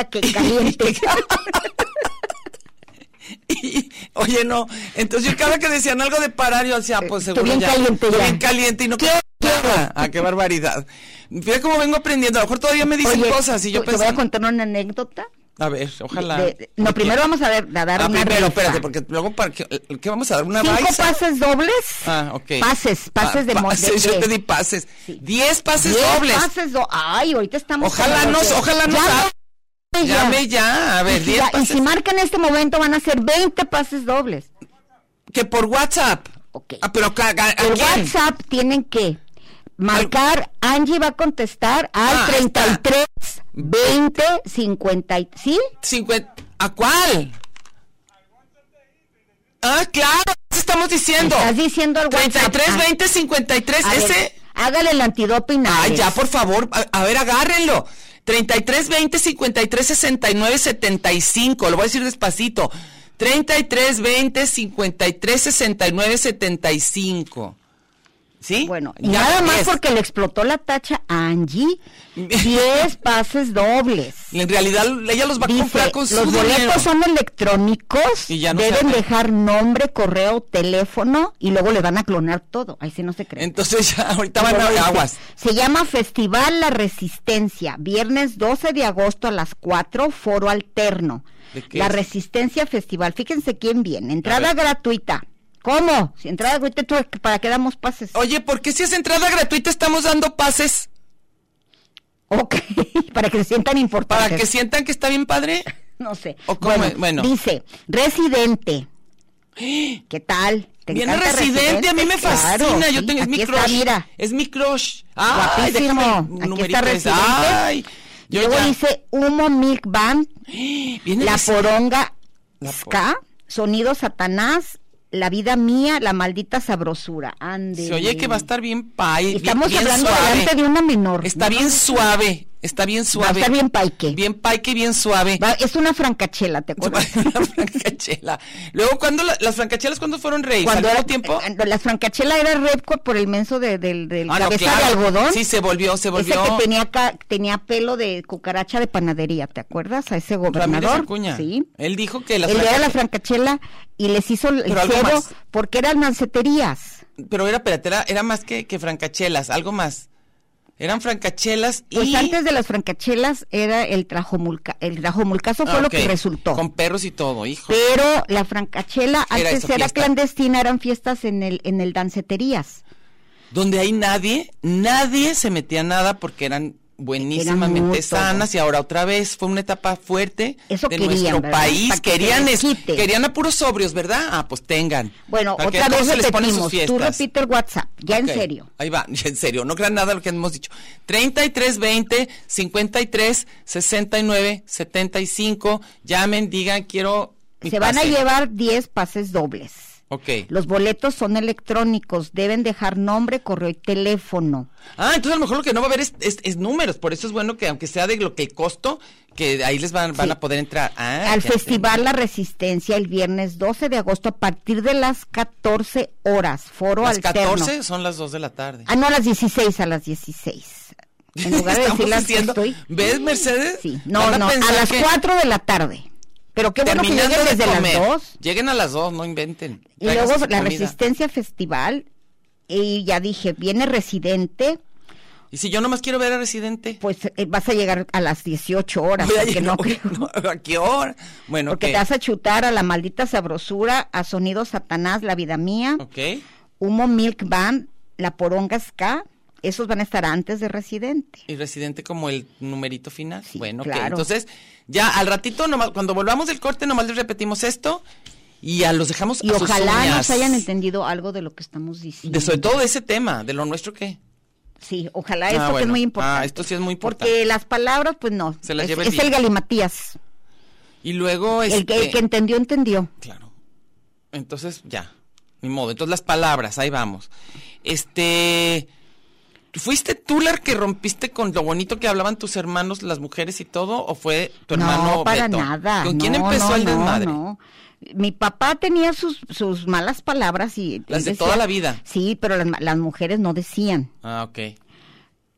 [SPEAKER 3] Y-
[SPEAKER 4] que caliente.
[SPEAKER 3] Y- oye, no. Entonces yo cada que decían algo de parar, yo decía, ah, pues
[SPEAKER 4] Tú
[SPEAKER 3] seguro
[SPEAKER 4] bien
[SPEAKER 3] ya.
[SPEAKER 4] caliente
[SPEAKER 3] Tú
[SPEAKER 4] ya.
[SPEAKER 3] bien caliente y no... nada. Ah, qué barbaridad. Mira cómo vengo aprendiendo. A lo mejor todavía me dicen
[SPEAKER 4] Oye,
[SPEAKER 3] cosas y yo
[SPEAKER 4] ¿tú- ¿Te voy a
[SPEAKER 3] pensaba...
[SPEAKER 4] contar una anécdota?
[SPEAKER 3] A ver, ojalá.
[SPEAKER 4] De- de- no, primero vamos a ver, a dar
[SPEAKER 3] Ah,
[SPEAKER 4] una
[SPEAKER 3] primero,
[SPEAKER 4] rifa.
[SPEAKER 3] espérate, porque luego para qué, qué vamos a dar una
[SPEAKER 4] Cinco
[SPEAKER 3] baisa?
[SPEAKER 4] pases dobles.
[SPEAKER 3] Ah, ok.
[SPEAKER 4] Pases, pases
[SPEAKER 3] Ah,
[SPEAKER 4] de mo-
[SPEAKER 3] pases,
[SPEAKER 4] de-
[SPEAKER 3] Yo te
[SPEAKER 4] de-
[SPEAKER 3] di pases.
[SPEAKER 4] Sí.
[SPEAKER 3] Diez pases
[SPEAKER 4] Diez
[SPEAKER 3] dobles.
[SPEAKER 4] pases do- Ay, ahorita estamos.
[SPEAKER 3] Ojalá
[SPEAKER 4] como
[SPEAKER 3] no,
[SPEAKER 4] los de-
[SPEAKER 3] ojalá no.
[SPEAKER 4] Llame
[SPEAKER 3] sa-
[SPEAKER 4] ya.
[SPEAKER 3] Llame ya. A ver,
[SPEAKER 4] Y si
[SPEAKER 3] diez
[SPEAKER 4] ya- y
[SPEAKER 3] pases.
[SPEAKER 4] si marcan en este momento van a ser 20 pases dobles.
[SPEAKER 3] Que por WhatsApp.
[SPEAKER 4] Ok.
[SPEAKER 3] Ah, pero ca- ca- ¿a
[SPEAKER 4] El
[SPEAKER 3] quién?
[SPEAKER 4] WhatsApp tienen que marcar, Angie va a contestar al
[SPEAKER 3] Ah,
[SPEAKER 4] 33 20 50, y- ¿sí?
[SPEAKER 3] Cincuen- ¿A cuál? Ah, claro, eso estamos diciendo.
[SPEAKER 4] Estás diciendo al WhatsApp.
[SPEAKER 3] 33,
[SPEAKER 4] Ah,
[SPEAKER 3] 20, 53,
[SPEAKER 4] a ver,
[SPEAKER 3] ese.
[SPEAKER 4] hágale el antidoping a
[SPEAKER 3] Ay,
[SPEAKER 4] Alex.
[SPEAKER 3] Ah, ya, por favor, a, a ver, agárrenlo. 33, 20, 53, 69, 75. Lo voy a decir despacito. 33, 20, 53, 69, 75. ¿Sí?
[SPEAKER 4] Bueno, y
[SPEAKER 3] Ya,
[SPEAKER 4] nada más
[SPEAKER 3] diez.
[SPEAKER 4] porque le explotó la tacha a Angie, 10 pases dobles.
[SPEAKER 3] En realidad, ella los va a
[SPEAKER 4] Dice,
[SPEAKER 3] comprar con su
[SPEAKER 4] los boletos
[SPEAKER 3] dinero.
[SPEAKER 4] son electrónicos,
[SPEAKER 3] Y ya no se
[SPEAKER 4] deben
[SPEAKER 3] hace.
[SPEAKER 4] dejar nombre, correo, teléfono y luego le van a clonar todo. Ahí sí no se cree.
[SPEAKER 3] Entonces, ya, ahorita van a
[SPEAKER 4] Luego dice,
[SPEAKER 3] aguas.
[SPEAKER 4] Se llama Festival La Resistencia, viernes 12 de agosto a las 4, foro alterno.
[SPEAKER 3] ¿De qué
[SPEAKER 4] La
[SPEAKER 3] es?
[SPEAKER 4] Resistencia Festival, fíjense quién viene, entrada
[SPEAKER 3] ver.
[SPEAKER 4] gratuita. ¿Cómo? Si entrada gratuita, ¿tú- ¿para qué damos pases?
[SPEAKER 3] Oye, ¿por qué si es entrada gratuita estamos dando pases?
[SPEAKER 4] Ok, para que se sientan importantes.
[SPEAKER 3] Para que sientan que está bien padre.
[SPEAKER 4] No sé.
[SPEAKER 3] ¿O cómo
[SPEAKER 4] bueno,
[SPEAKER 3] es? Bueno.
[SPEAKER 4] Dice, residente. ¿Qué tal? ¿Te
[SPEAKER 3] Viene
[SPEAKER 4] encanta
[SPEAKER 3] residente, a mí me
[SPEAKER 4] Claro,
[SPEAKER 3] fascina. Yo
[SPEAKER 4] sí,
[SPEAKER 3] tengo, es
[SPEAKER 4] aquí
[SPEAKER 3] mi
[SPEAKER 4] está,
[SPEAKER 3] crush.
[SPEAKER 4] mira.
[SPEAKER 3] Es mi crush. Ay,
[SPEAKER 4] Guapísimo.
[SPEAKER 3] déjame
[SPEAKER 4] Aquí
[SPEAKER 3] un
[SPEAKER 4] está
[SPEAKER 3] numerito ese.
[SPEAKER 4] residente.
[SPEAKER 3] Ay, yo
[SPEAKER 4] Luego
[SPEAKER 3] ya-
[SPEAKER 4] dice Humo Milk Band,
[SPEAKER 3] Viene
[SPEAKER 4] La
[SPEAKER 3] resi-
[SPEAKER 4] Poronga
[SPEAKER 3] Pues, La por-
[SPEAKER 4] Ska, Sonido Satanás, La vida mía, la maldita sabrosura. Ande.
[SPEAKER 3] Se oye que va a estar bien pay.
[SPEAKER 4] Estamos
[SPEAKER 3] bien, bien
[SPEAKER 4] hablando
[SPEAKER 3] suave.
[SPEAKER 4] delante de una menor.
[SPEAKER 3] Está
[SPEAKER 4] No,
[SPEAKER 3] bien
[SPEAKER 4] no,
[SPEAKER 3] suave, está bien suave.
[SPEAKER 4] estar bien paique.
[SPEAKER 3] Bien paique, bien suave.
[SPEAKER 4] Va- es una francachela, ¿te acuerdas?
[SPEAKER 3] Una francachela. Luego, cuando las francachelas cuándo fueron rey? ¿Al mismo tiempo?
[SPEAKER 4] eh, la francachela era Repco por el menso de- del, del
[SPEAKER 3] Ah, no,
[SPEAKER 4] cabeza
[SPEAKER 3] claro.
[SPEAKER 4] de algodón.
[SPEAKER 3] Sí, se volvió, se volvió.
[SPEAKER 4] Ese que tenía, ca- tenía pelo de cucaracha de panadería, ¿te acuerdas? A ese
[SPEAKER 3] Ramírez
[SPEAKER 4] gobernador.
[SPEAKER 3] Acuña.
[SPEAKER 4] Sí.
[SPEAKER 3] Él dijo que las
[SPEAKER 4] Él era
[SPEAKER 3] francachelas-
[SPEAKER 4] la francachela y les hizo el
[SPEAKER 3] Pero algo
[SPEAKER 4] cero
[SPEAKER 3] más.
[SPEAKER 4] porque eran manceterías.
[SPEAKER 3] Pero era, espérate, era, era más que, que francachelas, algo más. Eran francachelas y...
[SPEAKER 4] Pues antes de las francachelas era el trajomulca, el trajomulcazo fue
[SPEAKER 3] Ah,
[SPEAKER 4] lo
[SPEAKER 3] ok.
[SPEAKER 4] que resultó.
[SPEAKER 3] Con perros y todo, hijo.
[SPEAKER 4] Pero la francachela
[SPEAKER 3] Era
[SPEAKER 4] antes
[SPEAKER 3] esa
[SPEAKER 4] era
[SPEAKER 3] fiesta.
[SPEAKER 4] clandestina, eran fiestas en el en el danceterías.
[SPEAKER 3] Donde hay nadie, nadie se metía a nada porque eran buenísimamente
[SPEAKER 4] mutuos.
[SPEAKER 3] sanas y ahora otra vez fue una etapa fuerte
[SPEAKER 4] Eso
[SPEAKER 3] de
[SPEAKER 4] querían,
[SPEAKER 3] nuestro
[SPEAKER 4] ¿verdad?
[SPEAKER 3] país.
[SPEAKER 4] Pa' que
[SPEAKER 3] querían
[SPEAKER 4] se
[SPEAKER 3] es-
[SPEAKER 4] les quite.
[SPEAKER 3] querían a puros sobrios, ¿verdad? Ah, pues tengan.
[SPEAKER 4] Bueno,
[SPEAKER 3] Para que
[SPEAKER 4] otra
[SPEAKER 3] todos se
[SPEAKER 4] vez
[SPEAKER 3] les ponen sus
[SPEAKER 4] repetimos, tú
[SPEAKER 3] fiestas.
[SPEAKER 4] repite el WhatsApp, ya
[SPEAKER 3] Ok,
[SPEAKER 4] en serio.
[SPEAKER 3] Ahí va, ya en serio, no crean nada de lo que hemos dicho. 33 20 53 69 75. Llamen, digan, quiero. mi
[SPEAKER 4] Se van a
[SPEAKER 3] pase.
[SPEAKER 4] llevar 10 pases dobles.
[SPEAKER 3] Ok.
[SPEAKER 4] Los boletos son electrónicos, deben dejar nombre, correo y teléfono.
[SPEAKER 3] Ah, entonces a lo mejor lo que no va a haber es, es- es números. Por eso es bueno que, aunque sea de lo que el costo, que ahí les van, van
[SPEAKER 4] Sí.
[SPEAKER 3] a poder entrar. Ah,
[SPEAKER 4] Al
[SPEAKER 3] ya entendí.
[SPEAKER 4] Festival La Resistencia el viernes 12 de agosto a partir de las 14 horas, foro
[SPEAKER 3] Las
[SPEAKER 4] alterno.
[SPEAKER 3] 14 son las 2 de la tarde.
[SPEAKER 4] Ah, no, a las 16, a las 16. En lugar de
[SPEAKER 3] Estamos
[SPEAKER 4] decir las que
[SPEAKER 3] diciendo-
[SPEAKER 4] estoy.
[SPEAKER 3] ¿Ves, Mercedes?
[SPEAKER 4] Sí,
[SPEAKER 3] Van
[SPEAKER 4] no,
[SPEAKER 3] a
[SPEAKER 4] no, a,
[SPEAKER 3] pensar
[SPEAKER 4] las
[SPEAKER 3] que
[SPEAKER 4] 4 de la tarde. Pero qué bueno que
[SPEAKER 3] terminando
[SPEAKER 4] lleguen
[SPEAKER 3] de
[SPEAKER 4] desde
[SPEAKER 3] comer,
[SPEAKER 4] las 2.
[SPEAKER 3] Lleguen a las 2, no inventen.
[SPEAKER 4] Y
[SPEAKER 3] Traigan
[SPEAKER 4] luego
[SPEAKER 3] su
[SPEAKER 4] la
[SPEAKER 3] comida.
[SPEAKER 4] Resistencia Festival. Y ya dije, viene Residente,
[SPEAKER 3] Y si yo nomás quiero ver a Residente.
[SPEAKER 4] pues eh, vas a llegar a las 18 horas.
[SPEAKER 3] Voy a
[SPEAKER 4] porque no
[SPEAKER 3] llegar-
[SPEAKER 4] creo.
[SPEAKER 3] no, ¿A qué hora? Bueno,
[SPEAKER 4] Porque
[SPEAKER 3] ok.
[SPEAKER 4] te vas a chutar a la maldita sabrosura, a Sonido Satanás, La Vida Mía,
[SPEAKER 3] Ok.
[SPEAKER 4] Humo Milk Band, La Poronga Ska. Esos van a estar antes de Residente.
[SPEAKER 3] Y residente como el numerito final.
[SPEAKER 4] Sí,
[SPEAKER 3] bueno, ok.
[SPEAKER 4] claro.
[SPEAKER 3] Entonces, ya al ratito, nomás, cuando volvamos del corte, nomás les repetimos esto y a los dejamos
[SPEAKER 4] Y
[SPEAKER 3] a sus
[SPEAKER 4] ojalá
[SPEAKER 3] uñas.
[SPEAKER 4] nos hayan entendido algo de lo que estamos diciendo.
[SPEAKER 3] De- sobre todo de ese tema, de lo nuestro que.
[SPEAKER 4] Sí, ojalá
[SPEAKER 3] Ah,
[SPEAKER 4] esto que es
[SPEAKER 3] bueno.
[SPEAKER 4] muy
[SPEAKER 3] Ah,
[SPEAKER 4] importante.
[SPEAKER 3] esto sí es muy
[SPEAKER 4] Porque
[SPEAKER 3] importante.
[SPEAKER 4] las palabras, pues no.
[SPEAKER 3] Se las
[SPEAKER 4] es,
[SPEAKER 3] lleva el
[SPEAKER 4] es
[SPEAKER 3] viento.
[SPEAKER 4] el galimatías.
[SPEAKER 3] Y luego
[SPEAKER 4] El, que, el
[SPEAKER 3] este,
[SPEAKER 4] que entendió, entendió.
[SPEAKER 3] Claro. Entonces, ya. Ni modo. Entonces, las palabras, ahí vamos. Este. ¿Fuiste tú la que rompiste con lo bonito que hablaban tus hermanos, las mujeres y todo? ¿O fue tu hermano
[SPEAKER 4] no, para
[SPEAKER 3] Beto?
[SPEAKER 4] nada.
[SPEAKER 3] ¿Con quién
[SPEAKER 4] No,
[SPEAKER 3] empezó
[SPEAKER 4] no,
[SPEAKER 3] el
[SPEAKER 4] no,
[SPEAKER 3] desmadre?
[SPEAKER 4] no. Mi papá tenía sus, sus malas palabras y... él
[SPEAKER 3] Las de
[SPEAKER 4] decía-
[SPEAKER 3] toda la vida.
[SPEAKER 4] Sí, pero las, ma- las mujeres no decían.
[SPEAKER 3] Ah, ok.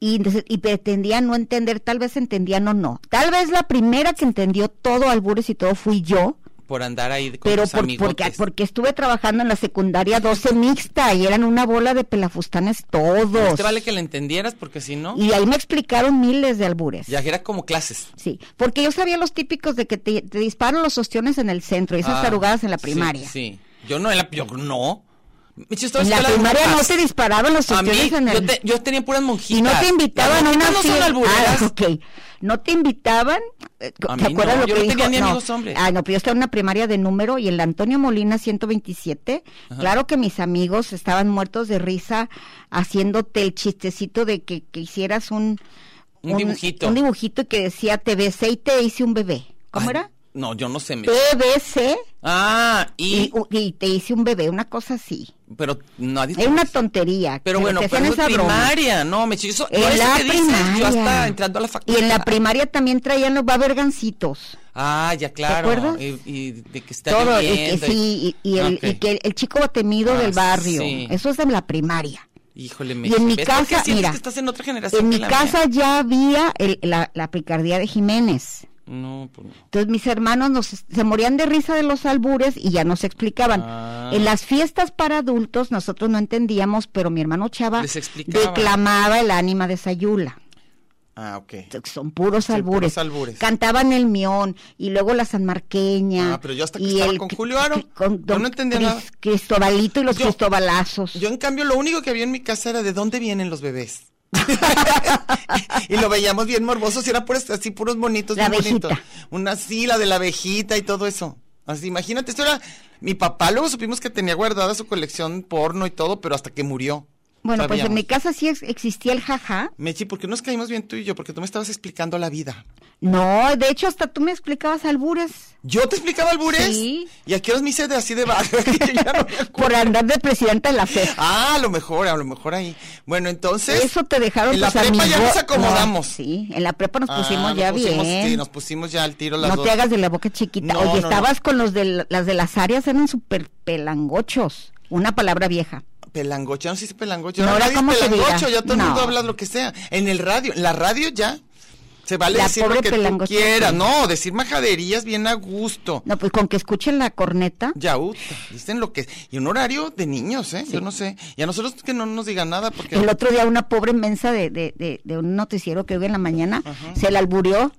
[SPEAKER 4] Y, entonces- y pretendían no entender, tal vez entendían o no. Tal vez la primera que entendió todo albures y todo fui yo,
[SPEAKER 3] Por andar ahí con
[SPEAKER 4] pero
[SPEAKER 3] tus
[SPEAKER 4] por- porque,
[SPEAKER 3] amigotes.
[SPEAKER 4] porque estuve trabajando en la secundaria 12 mixta y eran una bola de pelafustanes todos.
[SPEAKER 3] Más Pues te vale que la entendieras porque si no,
[SPEAKER 4] Y ahí me explicaron miles de albures.
[SPEAKER 3] ya era como clases.
[SPEAKER 4] Sí, porque yo sabía los típicos de que te, te disparan los ostiones en el centro y esas
[SPEAKER 3] Ah,
[SPEAKER 4] tarugadas en la
[SPEAKER 3] sí,
[SPEAKER 4] primaria.
[SPEAKER 3] Sí, Yo no, en la, yo no. Yo estaba
[SPEAKER 4] En la
[SPEAKER 3] escuela de
[SPEAKER 4] primaria no
[SPEAKER 3] monjas.
[SPEAKER 4] te disparaban los
[SPEAKER 3] A mí,
[SPEAKER 4] ostiones en
[SPEAKER 3] yo,
[SPEAKER 4] el...
[SPEAKER 3] te- yo tenía puras monjitas.
[SPEAKER 4] Y no te invitaban a
[SPEAKER 3] Las
[SPEAKER 4] una
[SPEAKER 3] monjitas no son
[SPEAKER 4] fiesta.
[SPEAKER 3] albureras.
[SPEAKER 4] Ah, ok. No te invitaban. eh,
[SPEAKER 3] A
[SPEAKER 4] ¿Te
[SPEAKER 3] mí
[SPEAKER 4] acuerdas
[SPEAKER 3] no,
[SPEAKER 4] lo
[SPEAKER 3] yo
[SPEAKER 4] que
[SPEAKER 3] no
[SPEAKER 4] dijo?
[SPEAKER 3] tenía ni amigos hombres.
[SPEAKER 4] Ah, no, pero yo estaba en una primaria de número y el Antonio Molina 127. Claro que mis amigos estaban muertos de risa haciéndote el chistecito de que, que hicieras un,
[SPEAKER 3] Un dibujito.
[SPEAKER 4] Un dibujito que decía te besé y te hice un bebé. ¿Cómo
[SPEAKER 3] Ay,
[SPEAKER 4] era?
[SPEAKER 3] No, yo no sé. me-
[SPEAKER 4] Te besé
[SPEAKER 3] Ah,
[SPEAKER 4] y,
[SPEAKER 3] y,
[SPEAKER 4] y te hice un bebé, una cosa así.
[SPEAKER 3] pero nadie.
[SPEAKER 4] Es una tontería.
[SPEAKER 3] Pero bueno,
[SPEAKER 4] te
[SPEAKER 3] pero
[SPEAKER 4] hacían
[SPEAKER 3] en
[SPEAKER 4] esa broma.
[SPEAKER 3] primaria, no, me chizo. yo
[SPEAKER 4] En
[SPEAKER 3] eso
[SPEAKER 4] la
[SPEAKER 3] que dices, yo hasta
[SPEAKER 4] primaria.
[SPEAKER 3] entrando a la facultad.
[SPEAKER 4] Y en la primaria también traían los babergancitos.
[SPEAKER 3] Ah, ya claro.
[SPEAKER 4] acuerdas?
[SPEAKER 3] Y, y de que está
[SPEAKER 4] Todo, y que
[SPEAKER 3] lloviendo y-
[SPEAKER 4] sí, y, y el,
[SPEAKER 3] Ok.
[SPEAKER 4] y que el, el chico temido
[SPEAKER 3] Ah,
[SPEAKER 4] del barrio.
[SPEAKER 3] sí.
[SPEAKER 4] Eso es en la primaria.
[SPEAKER 3] Híjole, me
[SPEAKER 4] Y en mi
[SPEAKER 3] ¿ves por qué
[SPEAKER 4] casa,
[SPEAKER 3] sientes
[SPEAKER 4] mira,
[SPEAKER 3] que estás en otra generación
[SPEAKER 4] en
[SPEAKER 3] que
[SPEAKER 4] mi
[SPEAKER 3] la
[SPEAKER 4] casa ya había el- la, la picardía de Jiménez.
[SPEAKER 3] mía? No, pues no.
[SPEAKER 4] Entonces mis hermanos nos, se morían de risa de los albures y ya nos explicaban.
[SPEAKER 3] Ah.
[SPEAKER 4] En las fiestas para adultos nosotros no entendíamos, pero mi hermano Chava
[SPEAKER 3] Les explicaba.
[SPEAKER 4] declamaba el ánima de Sayula.
[SPEAKER 3] Ah, ok.
[SPEAKER 4] son puros
[SPEAKER 3] Son
[SPEAKER 4] albures.
[SPEAKER 3] puros albures.
[SPEAKER 4] Cantaban el mión y luego la sanmarqueña.
[SPEAKER 3] Ah, pero yo hasta que
[SPEAKER 4] y
[SPEAKER 3] estaba con Julio Aro,
[SPEAKER 4] cri- con
[SPEAKER 3] yo
[SPEAKER 4] don
[SPEAKER 3] no entendía
[SPEAKER 4] Cris-
[SPEAKER 3] nada.
[SPEAKER 4] Cristobalito y los
[SPEAKER 3] Yo-
[SPEAKER 4] cristobalazos.
[SPEAKER 3] Yo, en cambio, lo único que había en mi casa era de dónde vienen los bebés. y lo veíamos bien morbosos y era puros, así puros bonitos,
[SPEAKER 4] La
[SPEAKER 3] bien
[SPEAKER 4] abejita.
[SPEAKER 3] bonitos. Una sí, la de la abejita y todo eso. Así, imagínate, esto era. Mi papá luego supimos que tenía guardada su colección porno y todo, pero hasta que murió.
[SPEAKER 4] Bueno, pues en
[SPEAKER 3] Sabíamos.
[SPEAKER 4] mi casa sí ex- existía el jaja.
[SPEAKER 3] Mechi, porque nos caímos bien tú y yo, porque tú me estabas explicando la vida.
[SPEAKER 4] No, de hecho hasta tú me explicabas albures
[SPEAKER 3] Yo te explicaba albures.
[SPEAKER 4] Sí.
[SPEAKER 3] Y aquí os me hice de así de bajo. ya no me acuerdo.
[SPEAKER 4] por andar de presidenta de la fe.
[SPEAKER 3] Ah, a lo mejor, a lo mejor ahí. Bueno, entonces.
[SPEAKER 4] Eso te dejaron
[SPEAKER 3] En la
[SPEAKER 4] tus
[SPEAKER 3] prepa ya
[SPEAKER 4] amigos-
[SPEAKER 3] nos acomodamos.
[SPEAKER 4] No, sí, en la prepa nos
[SPEAKER 3] Ah,
[SPEAKER 4] pusimos ya
[SPEAKER 3] nos pusimos,
[SPEAKER 4] bien.
[SPEAKER 3] sí, nos pusimos ya al tiro las
[SPEAKER 4] no
[SPEAKER 3] dos.
[SPEAKER 4] te hagas de la boca chiquita.
[SPEAKER 3] No,
[SPEAKER 4] Oye,
[SPEAKER 3] no, no.
[SPEAKER 4] estabas con los de la- las de las áreas, eran súper pelangochos. Una palabra vieja.
[SPEAKER 3] Pelangocha, no sé si pelangocha.
[SPEAKER 4] No,
[SPEAKER 3] No,
[SPEAKER 4] ahora
[SPEAKER 3] nadie es
[SPEAKER 4] cómo se
[SPEAKER 3] pelangocho,
[SPEAKER 4] diga.
[SPEAKER 3] ya todo el
[SPEAKER 4] No.
[SPEAKER 3] mundo habla lo que sea. En el radio, en la radio ya. Se vale
[SPEAKER 4] La
[SPEAKER 3] decir lo
[SPEAKER 4] pobre
[SPEAKER 3] que tú
[SPEAKER 4] pelangocha,
[SPEAKER 3] quieras.
[SPEAKER 4] sí.
[SPEAKER 3] No, decir majaderías bien a gusto.
[SPEAKER 4] No, pues con que escuchen la corneta.
[SPEAKER 3] Ya, uta, dicen lo que. Y un horario de niños, ¿eh? Yo no sé. Y a nosotros que no nos digan nada porque.
[SPEAKER 4] El otro día una pobre mensa de, de, de- de un noticiero que oigo en la mañana se la alburió.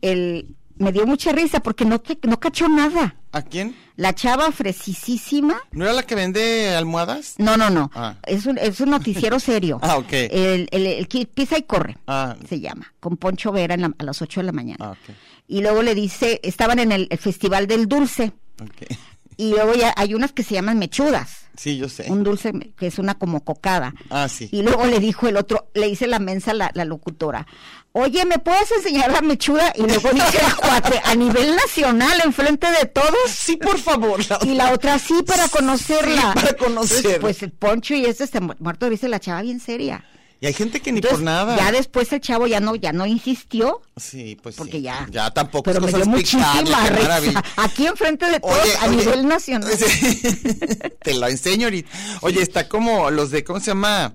[SPEAKER 4] El, me dio mucha risa porque no, te- no cachó nada.
[SPEAKER 3] ¿A quién?
[SPEAKER 4] La chava fresisísima.
[SPEAKER 3] ¿No era la que vende almohadas?
[SPEAKER 4] No, no, no.
[SPEAKER 3] Ah.
[SPEAKER 4] Es, un, es un noticiero serio.
[SPEAKER 3] Ah, ok.
[SPEAKER 4] El, el, el que pisa y corre.
[SPEAKER 3] Ah.
[SPEAKER 4] Se llama. Con Poncho Vera en la- a las 8 de la mañana.
[SPEAKER 3] Ah, ok.
[SPEAKER 4] Y luego le dice, estaban en el, el Festival del Dulce.
[SPEAKER 3] Ok.
[SPEAKER 4] Y luego ya hay unas que se llaman mechudas.
[SPEAKER 3] Sí, yo sé.
[SPEAKER 4] Un dulce me- que es una como cocada.
[SPEAKER 3] Ah, sí.
[SPEAKER 4] Y luego le dijo el otro, le dice la mensa la, la locutora, oye, ¿me puedes enseñar la mechuda? Y luego dice el cuate, a nivel nacional, enfrente de todos.
[SPEAKER 3] Sí, por favor.
[SPEAKER 4] Y la otra sí para conocerla.
[SPEAKER 3] Sí, para conocerla.
[SPEAKER 4] Entonces, Pues, el Poncho y este está mu- muerto, dice la chava bien seria.
[SPEAKER 3] Y hay gente que ni
[SPEAKER 4] Entonces,
[SPEAKER 3] por nada.
[SPEAKER 4] Ya después el chavo ya no, ya no insistió.
[SPEAKER 3] Sí, pues
[SPEAKER 4] Porque
[SPEAKER 3] sí.
[SPEAKER 4] ya.
[SPEAKER 3] Ya tampoco
[SPEAKER 4] Pero
[SPEAKER 3] es
[SPEAKER 4] me
[SPEAKER 3] cosa
[SPEAKER 4] dio
[SPEAKER 3] explicable,
[SPEAKER 4] muchísima
[SPEAKER 3] qué maravilla.
[SPEAKER 4] risa. Aquí enfrente de todos, a
[SPEAKER 3] oye.
[SPEAKER 4] nivel nacional.
[SPEAKER 3] Sí. Te lo enseño ahorita. Oye, está como los de, ¿cómo se llama?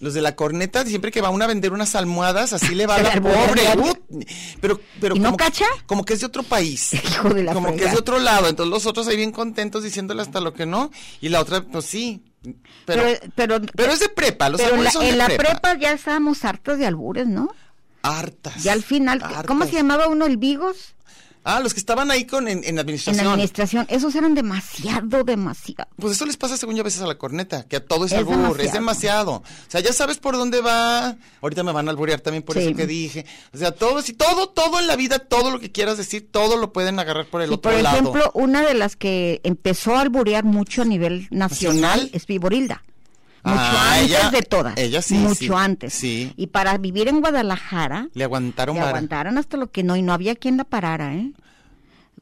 [SPEAKER 3] Los de la corneta, siempre que va uno a vender unas almohadas, así le va a
[SPEAKER 4] Se
[SPEAKER 3] la
[SPEAKER 4] le
[SPEAKER 3] pobre.
[SPEAKER 4] alburea diario.
[SPEAKER 3] ut. pero, pero
[SPEAKER 4] ¿Y no
[SPEAKER 3] como, que-
[SPEAKER 4] cacha?
[SPEAKER 3] Como que es de otro país.
[SPEAKER 4] Hijo de la
[SPEAKER 3] como que es de
[SPEAKER 4] fregada.
[SPEAKER 3] otro lado. Entonces los otros ahí bien contentos diciéndole hasta lo que no. Y la otra, pues sí. Pero, pero,
[SPEAKER 4] pero,
[SPEAKER 3] es de prepa. Los
[SPEAKER 4] pero en
[SPEAKER 3] albures
[SPEAKER 4] la,
[SPEAKER 3] son de
[SPEAKER 4] en la
[SPEAKER 3] prepa.
[SPEAKER 4] prepa ya estábamos hartos de albures, ¿no?
[SPEAKER 3] Hartas.
[SPEAKER 4] Ya al final, ¿cómo
[SPEAKER 3] hartas.
[SPEAKER 4] se llamaba uno el Vigos?
[SPEAKER 3] Ah, los que estaban ahí con en, en
[SPEAKER 4] En
[SPEAKER 3] administración.
[SPEAKER 4] la administración. Esos eran demasiado, demasiado.
[SPEAKER 3] Pues eso les pasa según yo a veces a la corneta, que a todo es,
[SPEAKER 4] Es
[SPEAKER 3] albur, es demasiado.
[SPEAKER 4] demasiado.
[SPEAKER 3] O sea, ya sabes por dónde va. Ahorita me van a alburear también por
[SPEAKER 4] Sí.
[SPEAKER 3] eso que dije. O sea, todo, si todo, todo en la vida, todo lo que quieras decir, todo lo pueden agarrar por el
[SPEAKER 4] Y
[SPEAKER 3] otro
[SPEAKER 4] por
[SPEAKER 3] lado.
[SPEAKER 4] ejemplo, una de las que empezó a alburear mucho a nivel nacional
[SPEAKER 3] ¿Nacional?
[SPEAKER 4] es Viborilda. Mucho
[SPEAKER 3] Ah,
[SPEAKER 4] antes
[SPEAKER 3] ella-
[SPEAKER 4] de todas.
[SPEAKER 3] ella sí,
[SPEAKER 4] Mucho
[SPEAKER 3] sí,
[SPEAKER 4] antes.
[SPEAKER 3] sí.
[SPEAKER 4] Y para vivir en Guadalajara,
[SPEAKER 3] le
[SPEAKER 4] le
[SPEAKER 3] aguantaron vara.
[SPEAKER 4] aguantaron hasta lo que no, y no había quien la parara, ¿eh?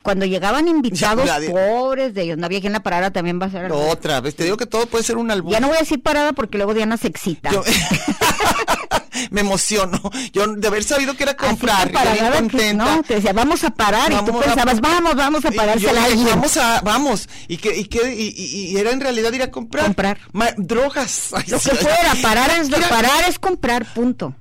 [SPEAKER 4] Cuando llegaban invitados
[SPEAKER 3] nadie-
[SPEAKER 4] pobres de ellos, no había quien la parara, también va a ser...
[SPEAKER 3] Pero Otra vez, te digo que todo puede ser un albur.
[SPEAKER 4] Ya no voy a decir parada porque luego Diana se excita.
[SPEAKER 3] Yo- me emociono. Yo de haber sabido que era
[SPEAKER 4] Así que
[SPEAKER 3] comprar, yo bien
[SPEAKER 4] parada que-
[SPEAKER 3] contenta.
[SPEAKER 4] no, te decía, vamos a parar, y tú
[SPEAKER 3] Vamos a-
[SPEAKER 4] pensabas, vamos, vamos a
[SPEAKER 3] Y
[SPEAKER 4] parársela
[SPEAKER 3] yo
[SPEAKER 4] a
[SPEAKER 3] dije,
[SPEAKER 4] alguien.
[SPEAKER 3] Vamos a, vamos. Y que, y que, y, y- y era en realidad ir a comprar.
[SPEAKER 4] Comprar.
[SPEAKER 3] Ma- drogas. Ay,
[SPEAKER 4] Lo
[SPEAKER 3] sí,
[SPEAKER 4] que
[SPEAKER 3] ay,
[SPEAKER 4] fuera, parar es,
[SPEAKER 3] Mira,
[SPEAKER 4] parar es comprar, punto.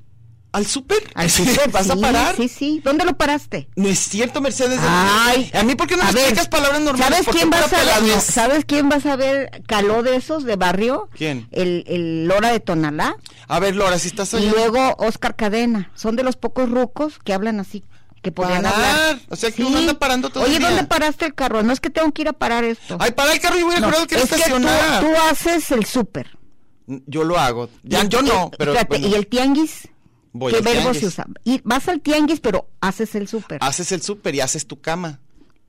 [SPEAKER 3] Al súper.
[SPEAKER 4] Al súper,
[SPEAKER 3] ¿Vas a
[SPEAKER 4] sí,
[SPEAKER 3] parar?
[SPEAKER 4] Sí, sí. ¿Dónde lo paraste?
[SPEAKER 3] No es cierto, Mercedes.
[SPEAKER 4] Ay.
[SPEAKER 3] a mí, ¿por qué no me
[SPEAKER 4] A ver,
[SPEAKER 3] explicas palabras normales?
[SPEAKER 4] ¿Sabes
[SPEAKER 3] ¿Por qué
[SPEAKER 4] quién va a
[SPEAKER 3] pura
[SPEAKER 4] saber?
[SPEAKER 3] peladez?
[SPEAKER 4] no, ¿Sabes quién va a saber caló de esos de barrio?
[SPEAKER 3] ¿Quién?
[SPEAKER 4] El, el Lora de Tonalá
[SPEAKER 3] A ver, Laura, si estás
[SPEAKER 4] y
[SPEAKER 3] oyendo.
[SPEAKER 4] luego Oscar Cadena. Son de los pocos rucos que hablan así, que podían
[SPEAKER 3] Parar.
[SPEAKER 4] hablar.
[SPEAKER 3] Ah, O sea, que uno anda parando todo
[SPEAKER 4] Oye,
[SPEAKER 3] el día.
[SPEAKER 4] ¿dónde paraste el carro? No es que tengo que ir a parar esto.
[SPEAKER 3] Ay, para el carro y voy a
[SPEAKER 4] No,
[SPEAKER 3] jurado que era
[SPEAKER 4] es que tú,
[SPEAKER 3] estacionar.
[SPEAKER 4] tú haces el súper.
[SPEAKER 3] Yo lo hago. Ya,
[SPEAKER 4] Y-
[SPEAKER 3] yo no,
[SPEAKER 4] y-
[SPEAKER 3] pero.
[SPEAKER 4] espérate,
[SPEAKER 3] bueno,
[SPEAKER 4] ¿Y el tianguis?
[SPEAKER 3] voy
[SPEAKER 4] ¿Qué
[SPEAKER 3] al
[SPEAKER 4] verbo
[SPEAKER 3] tianguis. Ah.
[SPEAKER 4] se usa? Y vas al tianguis, pero haces el súper.
[SPEAKER 3] Haces el súper y haces tu cama.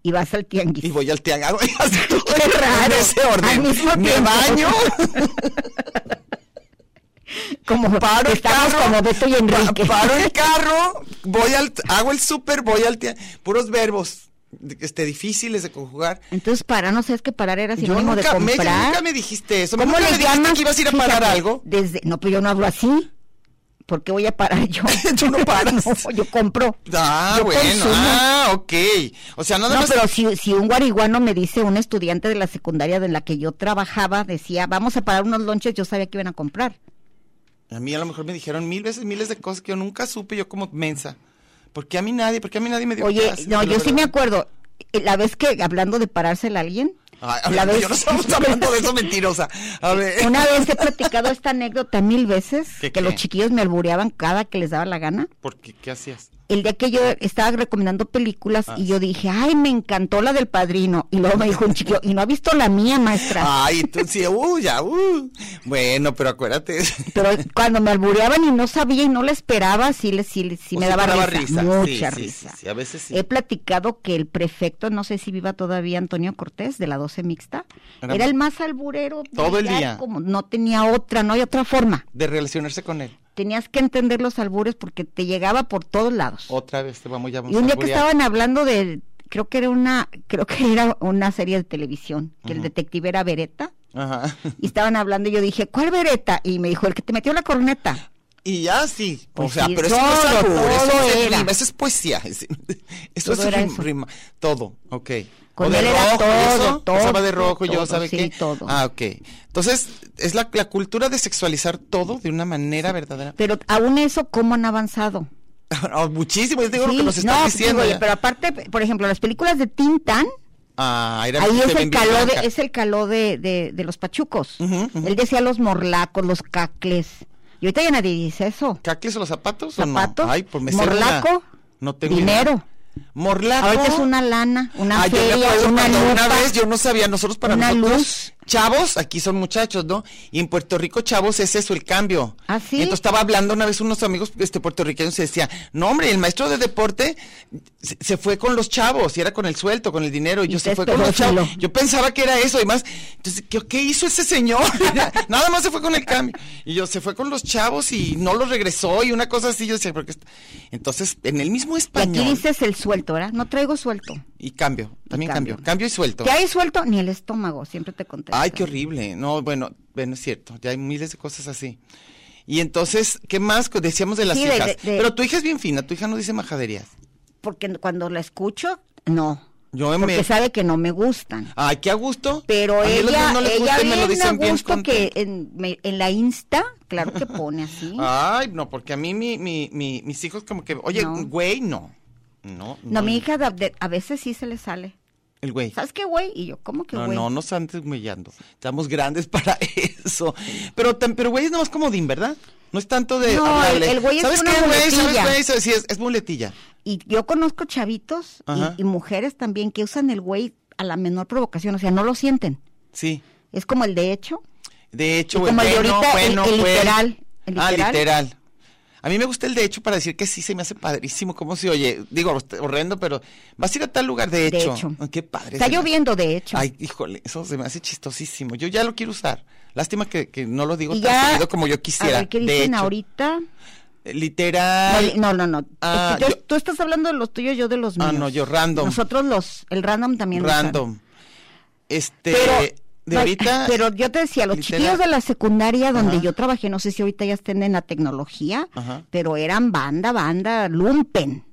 [SPEAKER 4] Y vas al tianguis.
[SPEAKER 3] Y voy al tianguis. Ay, haces todo
[SPEAKER 4] Qué raro.
[SPEAKER 3] En ese orden.
[SPEAKER 4] Al mismo
[SPEAKER 3] Me
[SPEAKER 4] tiempo.
[SPEAKER 3] baño.
[SPEAKER 4] como
[SPEAKER 3] paro el
[SPEAKER 4] estamos
[SPEAKER 3] carro,
[SPEAKER 4] como Beto y
[SPEAKER 3] pa-
[SPEAKER 4] Enrique.
[SPEAKER 3] paro el carro, voy al, hago el súper, voy al tía- puros verbos este, difíciles de conjugar.
[SPEAKER 4] Entonces, para no sabes que parar era
[SPEAKER 3] Yo
[SPEAKER 4] sinónimo de
[SPEAKER 3] nunca me,
[SPEAKER 4] comprar.
[SPEAKER 3] nunca me dijiste eso.
[SPEAKER 4] ¿Cómo
[SPEAKER 3] nunca me
[SPEAKER 4] le
[SPEAKER 3] dijiste
[SPEAKER 4] llamas?
[SPEAKER 3] que ibas a ir a parar
[SPEAKER 4] Fíjate,
[SPEAKER 3] algo?
[SPEAKER 4] Desde, no, pero yo no hablo así. ¿Por qué voy a parar yo?
[SPEAKER 3] Tú no paras.
[SPEAKER 4] No, yo compro.
[SPEAKER 3] Ah,
[SPEAKER 4] Yo
[SPEAKER 3] bueno,
[SPEAKER 4] consumo.
[SPEAKER 3] ah, ok. O sea, nada
[SPEAKER 4] No,
[SPEAKER 3] más.
[SPEAKER 4] pero si, si un guariguano me dice, un estudiante de la secundaria de la que yo trabajaba, decía, vamos a parar unos lonches, yo sabía que iban a comprar.
[SPEAKER 3] A mí a lo mejor me dijeron mil veces, miles de cosas que yo nunca supe, yo como mensa. ¿Por qué a mí nadie? ¿Por qué a mí nadie me dio
[SPEAKER 4] Oye,
[SPEAKER 3] clases?
[SPEAKER 4] no,
[SPEAKER 3] Te lo
[SPEAKER 4] yo sí me
[SPEAKER 3] verdad.
[SPEAKER 4] acuerdo. eh, La vez que, hablando de parársela a alguien,
[SPEAKER 3] Ay, a
[SPEAKER 4] la
[SPEAKER 3] ver,
[SPEAKER 4] vez-
[SPEAKER 3] yo no estamos hablando de eso, mentirosa. A ver.
[SPEAKER 4] Una vez he platicado esta anécdota mil veces,
[SPEAKER 3] ¿Qué,
[SPEAKER 4] que
[SPEAKER 3] qué?
[SPEAKER 4] los chiquillos me albureaban cada que les daba la gana.
[SPEAKER 3] ¿Por qué? ¿Qué hacías?
[SPEAKER 4] el día que yo estaba recomendando películas
[SPEAKER 3] Ah.
[SPEAKER 4] y yo dije, ay, me encantó la del padrino. Y luego me dijo un chiquillo, y no ha visto la mía, maestra.
[SPEAKER 3] Ay, tú sí, uh, ya, uh. Bueno, pero acuérdate.
[SPEAKER 4] Pero cuando me albureaban y no sabía y no la esperaba, sí, le- sí, le- sí
[SPEAKER 3] O
[SPEAKER 4] me
[SPEAKER 3] sí te
[SPEAKER 4] daba,
[SPEAKER 3] daba risa,
[SPEAKER 4] risa, Mucha
[SPEAKER 3] sí, sí,
[SPEAKER 4] risa. Eh,
[SPEAKER 3] sí, sí, a veces sí.
[SPEAKER 4] He platicado que el prefecto, no sé si viva todavía Antonio Cortés, de la 12 mixta,
[SPEAKER 5] Era-
[SPEAKER 4] era, el más alburero.
[SPEAKER 5] Todo el
[SPEAKER 4] vulgar,
[SPEAKER 5] día.
[SPEAKER 4] Como, no tenía otra, no hay otra forma.
[SPEAKER 5] De relacionarse con él.
[SPEAKER 4] Tenías que entender los albures porque te llegaba por todos lados.
[SPEAKER 5] Otra vez te vamos, ya vamos
[SPEAKER 4] Y un
[SPEAKER 5] a
[SPEAKER 4] día que
[SPEAKER 5] alburear.
[SPEAKER 4] estaban hablando de, creo que era una, creo que era una serie de televisión, que el detective era Beretta,
[SPEAKER 5] Ajá.
[SPEAKER 4] y estaban hablando, y yo dije, ¿cuál Beretta? Y me dijo, el que te metió la corneta.
[SPEAKER 3] Y ya sí.
[SPEAKER 4] Pues
[SPEAKER 3] o sea,
[SPEAKER 4] sí,
[SPEAKER 3] pero eso no es
[SPEAKER 4] todo,
[SPEAKER 3] albur, eso,
[SPEAKER 4] todo
[SPEAKER 3] no es
[SPEAKER 4] era.
[SPEAKER 3] rima, eso es poesía. es- Eso
[SPEAKER 4] Todo
[SPEAKER 3] es
[SPEAKER 4] era
[SPEAKER 3] rim-
[SPEAKER 4] eso.
[SPEAKER 3] rima. Todo, ok.
[SPEAKER 4] Con
[SPEAKER 3] ¿O de
[SPEAKER 4] él era
[SPEAKER 3] rojo y
[SPEAKER 4] todo,
[SPEAKER 3] eso?
[SPEAKER 4] todo,
[SPEAKER 3] Pasaba de rojo y yo,
[SPEAKER 4] todo,
[SPEAKER 3] ¿sabe
[SPEAKER 4] sí,
[SPEAKER 3] qué?
[SPEAKER 4] todo.
[SPEAKER 3] Ah, ok. Entonces, es la, la cultura de sexualizar todo de una manera verdadera.
[SPEAKER 4] Pero aún eso, ¿cómo han avanzado?
[SPEAKER 3] Oh, muchísimo, yo te digo lo
[SPEAKER 4] Sí,
[SPEAKER 3] que nos están
[SPEAKER 4] no, pues,
[SPEAKER 3] diciendo.
[SPEAKER 4] digo,
[SPEAKER 3] ya.
[SPEAKER 4] pero aparte, por ejemplo, las películas de Tintan,
[SPEAKER 3] Ah, era se
[SPEAKER 4] ahí es
[SPEAKER 3] ven
[SPEAKER 4] el,
[SPEAKER 3] bien
[SPEAKER 4] caló
[SPEAKER 3] blanca.
[SPEAKER 4] de, es el caló de, de, de los pachucos.
[SPEAKER 3] Ujú, ujú.
[SPEAKER 4] Él decía los morlacos, los cacles. Y ahorita ya nadie dice eso.
[SPEAKER 3] ¿Cacles o los zapatos o
[SPEAKER 4] Zapatos,
[SPEAKER 3] no? Ay, por me sé
[SPEAKER 4] morlaco,
[SPEAKER 3] una. No tengo
[SPEAKER 4] dinero.
[SPEAKER 3] idea. Morlaco.
[SPEAKER 4] Ahorita es una lana, una
[SPEAKER 3] Ah, yo me
[SPEAKER 4] feria,
[SPEAKER 3] acuerdo
[SPEAKER 4] una
[SPEAKER 3] cuando
[SPEAKER 4] lupa.
[SPEAKER 3] una vez yo no sabía, nosotros para
[SPEAKER 4] una
[SPEAKER 3] nosotros
[SPEAKER 4] luz.
[SPEAKER 3] chavos, aquí son muchachos, ¿no? Y en Puerto Rico chavos es eso el cambio.
[SPEAKER 4] ¿Ah, sí?
[SPEAKER 3] Y entonces estaba hablando una vez unos amigos este puertorriqueños y decía, "No, hombre, el maestro de deporte se, se fue con los chavos, y era con el suelto, con el dinero, y,
[SPEAKER 4] Y
[SPEAKER 3] yo se
[SPEAKER 4] usted
[SPEAKER 3] fue
[SPEAKER 4] es
[SPEAKER 3] con los chavos."
[SPEAKER 4] pedófilo.
[SPEAKER 3] Yo pensaba que era eso y más. Entonces, ¿qué, qué hizo ese señor? Nada más se fue con el cambio. Y yo se fue con los chavos y no los regresó y una cosa así, yo decía, "¿Pero qué está-?" Entonces, en el mismo
[SPEAKER 4] Y
[SPEAKER 3] español
[SPEAKER 4] aquí dices el suelto, ¿verdad? No traigo suelto.
[SPEAKER 3] y cambio, también cambio.
[SPEAKER 4] cambio.
[SPEAKER 3] cambio, y suelto.
[SPEAKER 4] ¿Qué hay suelto? Ni el estómago, siempre te contesto.
[SPEAKER 3] Ay, qué horrible. No, bueno, bueno, es cierto. Ya hay miles de cosas así. Y entonces, ¿qué más Co- decíamos de las
[SPEAKER 4] Sí, de-
[SPEAKER 3] hijas?
[SPEAKER 4] de- de-
[SPEAKER 3] Pero tu hija es bien fina, tu hija no dice majaderías.
[SPEAKER 4] Porque cuando la escucho, no.
[SPEAKER 3] Yo
[SPEAKER 4] Porque
[SPEAKER 3] me...
[SPEAKER 4] sabe que no me gustan.
[SPEAKER 3] Ay, qué a gusto.
[SPEAKER 4] Pero
[SPEAKER 3] A mí los
[SPEAKER 4] ella,
[SPEAKER 3] míos no les
[SPEAKER 4] ella
[SPEAKER 3] gusta y me lo
[SPEAKER 4] bien a
[SPEAKER 3] dicen bien
[SPEAKER 4] gusto que
[SPEAKER 3] contenta.
[SPEAKER 4] en, me- en la Insta, claro que pone así.
[SPEAKER 3] Ay, no, porque a mí mi, mi, mi- mis hijos como que, oye,
[SPEAKER 4] No.
[SPEAKER 3] güey, no. No,
[SPEAKER 4] no, mi hija de- de- a veces sí se le sale.
[SPEAKER 3] El güey.
[SPEAKER 4] ¿Sabes qué, güey? Y yo, ¿cómo que
[SPEAKER 3] No,
[SPEAKER 4] güey?
[SPEAKER 3] no, nos andes humillando. Estamos grandes para eso. Pero, tan- pero güey, es nomás comodín, ¿verdad? No es tanto de
[SPEAKER 4] No, el-
[SPEAKER 3] hablarle.
[SPEAKER 4] el güey es
[SPEAKER 3] ¿Sabes
[SPEAKER 4] una
[SPEAKER 3] qué, güey? ¿Sabes,
[SPEAKER 4] muletilla.
[SPEAKER 3] güey? ¿Sabes? Sí, es, es muletilla.
[SPEAKER 4] Y yo conozco chavitos y-
[SPEAKER 3] Ajá.
[SPEAKER 4] y, mujeres también que usan el güey a la menor provocación, o sea, no lo sienten.
[SPEAKER 3] Sí.
[SPEAKER 4] Es como el de hecho.
[SPEAKER 3] De hecho,
[SPEAKER 4] Y
[SPEAKER 3] güey,
[SPEAKER 4] como el de
[SPEAKER 3] bueno,
[SPEAKER 4] ahorita, el-
[SPEAKER 3] bueno,
[SPEAKER 4] el
[SPEAKER 3] bueno.
[SPEAKER 4] literal, el
[SPEAKER 3] Ah,
[SPEAKER 4] literal.
[SPEAKER 3] literal. A mí me gusta el de hecho para decir que sí, se me hace padrísimo. ¿Cómo se oye? Digo, hor- horrendo, pero vas a ir a tal lugar de hecho.
[SPEAKER 4] De hecho.
[SPEAKER 3] Ay, Qué padre.
[SPEAKER 4] Está
[SPEAKER 3] se me hace.
[SPEAKER 4] lloviendo, de hecho.
[SPEAKER 3] Ay, híjole, eso se me hace chistosísimo. Yo ya lo quiero usar. Lástima que, que no lo digo
[SPEAKER 4] Y
[SPEAKER 3] tan
[SPEAKER 4] ya-
[SPEAKER 3] seguido como yo
[SPEAKER 4] A
[SPEAKER 3] quisiera.
[SPEAKER 4] ver, ¿qué
[SPEAKER 3] de
[SPEAKER 4] dicen
[SPEAKER 3] hecho.
[SPEAKER 4] ahorita?
[SPEAKER 3] Literal.
[SPEAKER 4] No, no, no. no.
[SPEAKER 3] Ah,
[SPEAKER 4] Este, yo-
[SPEAKER 3] yo-
[SPEAKER 4] Tú estás hablando de los tuyos, yo de los
[SPEAKER 3] Ah,
[SPEAKER 4] míos.
[SPEAKER 3] no, yo random.
[SPEAKER 4] Nosotros los, el random también. lo usan.
[SPEAKER 3] Random. Este, de
[SPEAKER 4] no,
[SPEAKER 3] ahorita.
[SPEAKER 4] Pero yo te decía, los
[SPEAKER 3] literal.
[SPEAKER 4] chiquillos de la secundaria donde
[SPEAKER 3] Ajá.
[SPEAKER 4] yo trabajé, no sé si ahorita ya estén en la tecnología,
[SPEAKER 3] Ajá.
[SPEAKER 4] pero eran banda, banda, lumpen.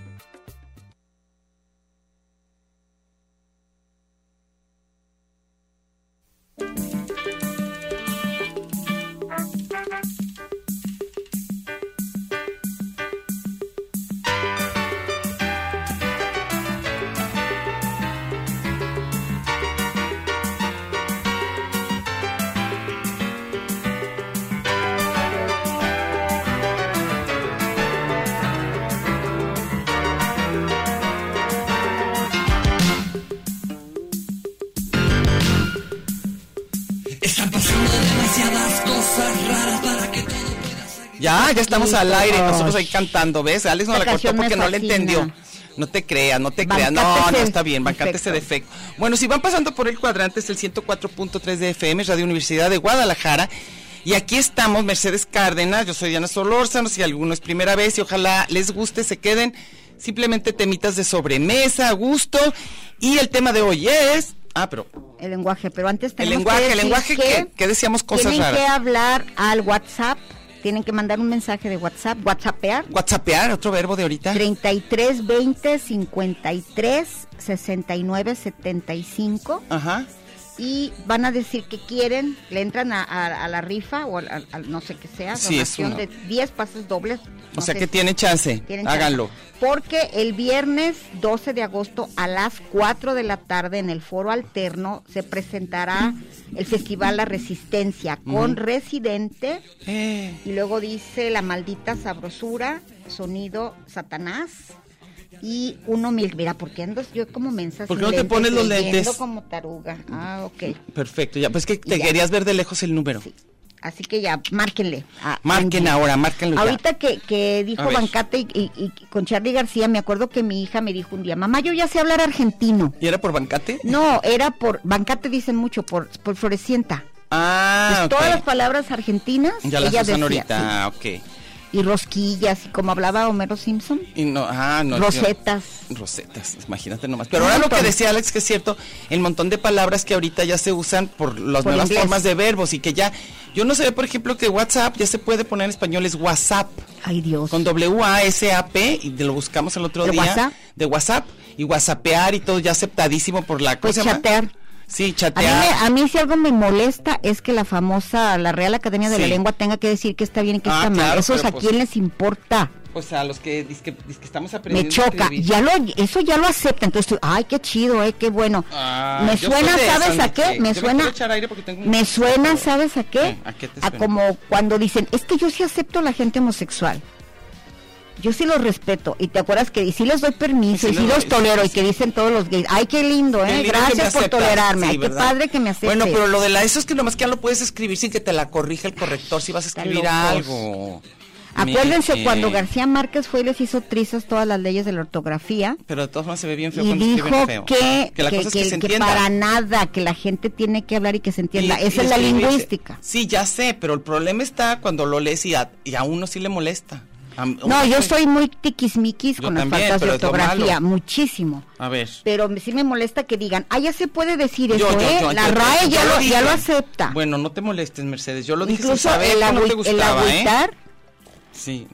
[SPEAKER 3] Ya, ya estamos al aire,
[SPEAKER 4] Chicos.
[SPEAKER 3] nosotros ahí cantando, ¿ves? Alex no
[SPEAKER 4] Esta
[SPEAKER 3] la cortó
[SPEAKER 4] canción me
[SPEAKER 3] porque no le
[SPEAKER 4] fascina.
[SPEAKER 3] entendió. No te creas, no te creas. No,
[SPEAKER 4] Bancate
[SPEAKER 3] no
[SPEAKER 4] ese
[SPEAKER 3] está bien, bancate ese defecto. Bueno, si van pasando por el cuadrante, es el 104.3 de FM, Radio Universidad de Guadalajara. Y aquí estamos, Mercedes Cárdenas, yo soy Diana Solórzano, si alguno es primera vez y ojalá les guste, se queden simplemente temitas de sobremesa, a gusto. Y el tema de hoy es... Ah, pero
[SPEAKER 4] El lenguaje, pero antes
[SPEAKER 3] el
[SPEAKER 4] tenemos
[SPEAKER 3] lenguaje,
[SPEAKER 4] que
[SPEAKER 3] el
[SPEAKER 4] decir
[SPEAKER 3] lenguaje que, que decíamos cosas
[SPEAKER 4] tienen que
[SPEAKER 3] raras.
[SPEAKER 4] hablar al WhatsApp, tienen que mandar un mensaje de WhatsApp, WhatsAppear.
[SPEAKER 3] WhatsAppear, otro verbo de ahorita.
[SPEAKER 4] 33 20 53 69 75
[SPEAKER 3] Ajá.
[SPEAKER 4] y van a decir que quieren, le entran a, a- a la rifa o al- al al no sé qué sea,
[SPEAKER 3] Sí, es
[SPEAKER 4] donación
[SPEAKER 3] una-
[SPEAKER 4] de 10 pases dobles.
[SPEAKER 3] O
[SPEAKER 4] no
[SPEAKER 3] sea
[SPEAKER 4] sé
[SPEAKER 3] que
[SPEAKER 4] si
[SPEAKER 3] tiene chance.
[SPEAKER 4] tienen chance.
[SPEAKER 3] Háganlo.
[SPEAKER 4] Porque el viernes 12 de agosto a las 4 de la tarde en el Foro Alterno se presentará el Festival La Resistencia con Residente
[SPEAKER 3] Eh,
[SPEAKER 4] y luego dice La Maldita Sabrosura, Sonido Satanás y uno mil. Mira, ¿por qué ando yo como mensa?
[SPEAKER 3] ¿Por
[SPEAKER 4] sin
[SPEAKER 3] qué no te
[SPEAKER 4] lentes,
[SPEAKER 3] pones los
[SPEAKER 4] leyendo
[SPEAKER 3] lentes?
[SPEAKER 4] como taruga. Ah, ok.
[SPEAKER 3] perfecto, ya. Pues que te
[SPEAKER 4] Y ya.
[SPEAKER 3] querías ver de lejos el número.
[SPEAKER 4] Sí. Así que ya, márquenle. a
[SPEAKER 3] Marquen
[SPEAKER 4] Angie.
[SPEAKER 3] ahora, márquenlo ya.
[SPEAKER 4] Ahorita que, que dijo
[SPEAKER 3] A ver.
[SPEAKER 4] Bancate y, y- y con Charlie García, me acuerdo que mi hija me dijo un día, mamá, yo ya sé hablar argentino.
[SPEAKER 3] ¿Y era por bancate?
[SPEAKER 4] No, era por, Bancate dicen mucho, por, por Florecienta.
[SPEAKER 3] Ah,
[SPEAKER 4] Pues
[SPEAKER 3] ok.
[SPEAKER 4] Todas las palabras argentinas,
[SPEAKER 3] Ya las
[SPEAKER 4] ella
[SPEAKER 3] usan
[SPEAKER 4] decía, sí.
[SPEAKER 3] ahorita, ah,
[SPEAKER 4] Y rosquillas, y como hablaba Homero Simpson,
[SPEAKER 3] ok. Y no, ah, no.
[SPEAKER 4] rosetas.
[SPEAKER 3] yo- rosetas, imagínate nomás. Pero ahora lo que decía Alex, que es cierto, el montón de palabras que ahorita ya se usan por las
[SPEAKER 4] Por
[SPEAKER 3] nuevas
[SPEAKER 4] inglés.
[SPEAKER 3] formas de verbos y que ya. Yo no sé, por ejemplo, que WhatsApp ya se puede poner en español, es WhatsApp.
[SPEAKER 4] Ay, Dios.
[SPEAKER 3] Con W-A-S-A-P, y te lo buscamos el otro
[SPEAKER 4] Pues ¿De
[SPEAKER 3] día.
[SPEAKER 4] WhatsApp?
[SPEAKER 3] De WhatsApp. Y WhatsAppear y todo ya aceptadísimo por la. ¿cómo
[SPEAKER 4] Pues
[SPEAKER 3] se llama?
[SPEAKER 4] chatear.
[SPEAKER 3] Sí,
[SPEAKER 4] A mí,
[SPEAKER 3] chatear.
[SPEAKER 4] me- a mí si algo me molesta es que la famosa, la Real Academia de la
[SPEAKER 3] Sí.
[SPEAKER 4] Lengua tenga que decir que está bien y que
[SPEAKER 3] Ah,
[SPEAKER 4] está mal.
[SPEAKER 3] claro,
[SPEAKER 4] Eso es
[SPEAKER 3] pero
[SPEAKER 4] a
[SPEAKER 3] pues-
[SPEAKER 4] quién les importa.
[SPEAKER 3] O sea, los que, dizque- dizque estamos aprendiendo.
[SPEAKER 4] me
[SPEAKER 3] a
[SPEAKER 4] choca,
[SPEAKER 3] escribir.
[SPEAKER 4] ya ¿eh? lo, eso ya lo acepta, entonces tú, ay, qué chido, eh, qué bueno.
[SPEAKER 3] Ah,
[SPEAKER 4] me
[SPEAKER 3] yo
[SPEAKER 4] suena,
[SPEAKER 3] soy de
[SPEAKER 4] ¿sabes
[SPEAKER 3] esas,
[SPEAKER 4] a qué?
[SPEAKER 3] Miche.
[SPEAKER 4] Me
[SPEAKER 3] Yo
[SPEAKER 4] suena,
[SPEAKER 3] quiero echar aire porque tengo un-
[SPEAKER 4] me suena, ¿sabes a qué?
[SPEAKER 3] ¿A qué te
[SPEAKER 4] A
[SPEAKER 3] suena?
[SPEAKER 4] como cuando dicen, es que yo sí acepto a la gente homosexual. Yo sí los respeto, y te acuerdas que sí les doy permiso,
[SPEAKER 3] Sí
[SPEAKER 4] y sí
[SPEAKER 3] les
[SPEAKER 4] los
[SPEAKER 3] doy,
[SPEAKER 4] tolero,
[SPEAKER 3] sí,
[SPEAKER 4] y que dicen todos los gays, ay, qué lindo, eh,
[SPEAKER 3] Qué lindo que me
[SPEAKER 4] gracias por
[SPEAKER 3] aceptas.
[SPEAKER 4] tolerarme,
[SPEAKER 3] Sí,
[SPEAKER 4] ay, qué
[SPEAKER 3] ¿verdad?
[SPEAKER 4] padre que me aceptes.
[SPEAKER 3] Bueno, pero lo de la eso es que nomás que ya lo puedes escribir sin que te la corrija el corrector si vas a
[SPEAKER 4] Está
[SPEAKER 3] escribir
[SPEAKER 4] locos.
[SPEAKER 3] algo.
[SPEAKER 4] Acuérdense
[SPEAKER 3] Miche.
[SPEAKER 4] cuando García Márquez fue y les hizo trizas todas las leyes de la ortografía,
[SPEAKER 3] Pero de todas formas se ve bien feo
[SPEAKER 4] y
[SPEAKER 3] cuando escriben
[SPEAKER 4] dijo
[SPEAKER 3] feo.
[SPEAKER 4] que,
[SPEAKER 3] la
[SPEAKER 4] que-
[SPEAKER 3] cosa es que,
[SPEAKER 4] que-
[SPEAKER 3] se
[SPEAKER 4] que
[SPEAKER 3] entienda.
[SPEAKER 4] para nada, que la gente tiene que hablar y que se entienda.
[SPEAKER 3] Y-
[SPEAKER 4] Esa
[SPEAKER 3] y
[SPEAKER 4] es la
[SPEAKER 3] escribirse.
[SPEAKER 4] lingüística.
[SPEAKER 3] Sí, ya sé, pero el problema está cuando lo lees y a, y a uno sí le molesta. A mí-
[SPEAKER 4] No, yo
[SPEAKER 3] uy,
[SPEAKER 4] soy muy tiquismiquis
[SPEAKER 3] "Oh, pues, Yo
[SPEAKER 4] con las
[SPEAKER 3] también,
[SPEAKER 4] faltas de
[SPEAKER 3] pero es lo
[SPEAKER 4] ortografía,
[SPEAKER 3] malo.
[SPEAKER 4] muchísimo.
[SPEAKER 3] A ver.
[SPEAKER 4] Pero me- sí me molesta que digan, ah, ya se puede decir
[SPEAKER 3] Yo-
[SPEAKER 4] eso,
[SPEAKER 3] yo-
[SPEAKER 4] ¿eh?
[SPEAKER 3] yo-
[SPEAKER 4] la
[SPEAKER 3] yo- yo
[SPEAKER 4] RAE ya, lo, ya
[SPEAKER 3] dije.
[SPEAKER 4] lo acepta.
[SPEAKER 3] Bueno, no te molestes, Mercedes. Yo lo dije sin
[SPEAKER 4] Incluso
[SPEAKER 3] saber que
[SPEAKER 4] el,
[SPEAKER 3] no te
[SPEAKER 4] agüi- el
[SPEAKER 3] gustaba, ¿eh?
[SPEAKER 4] agüitar,
[SPEAKER 3] Sí.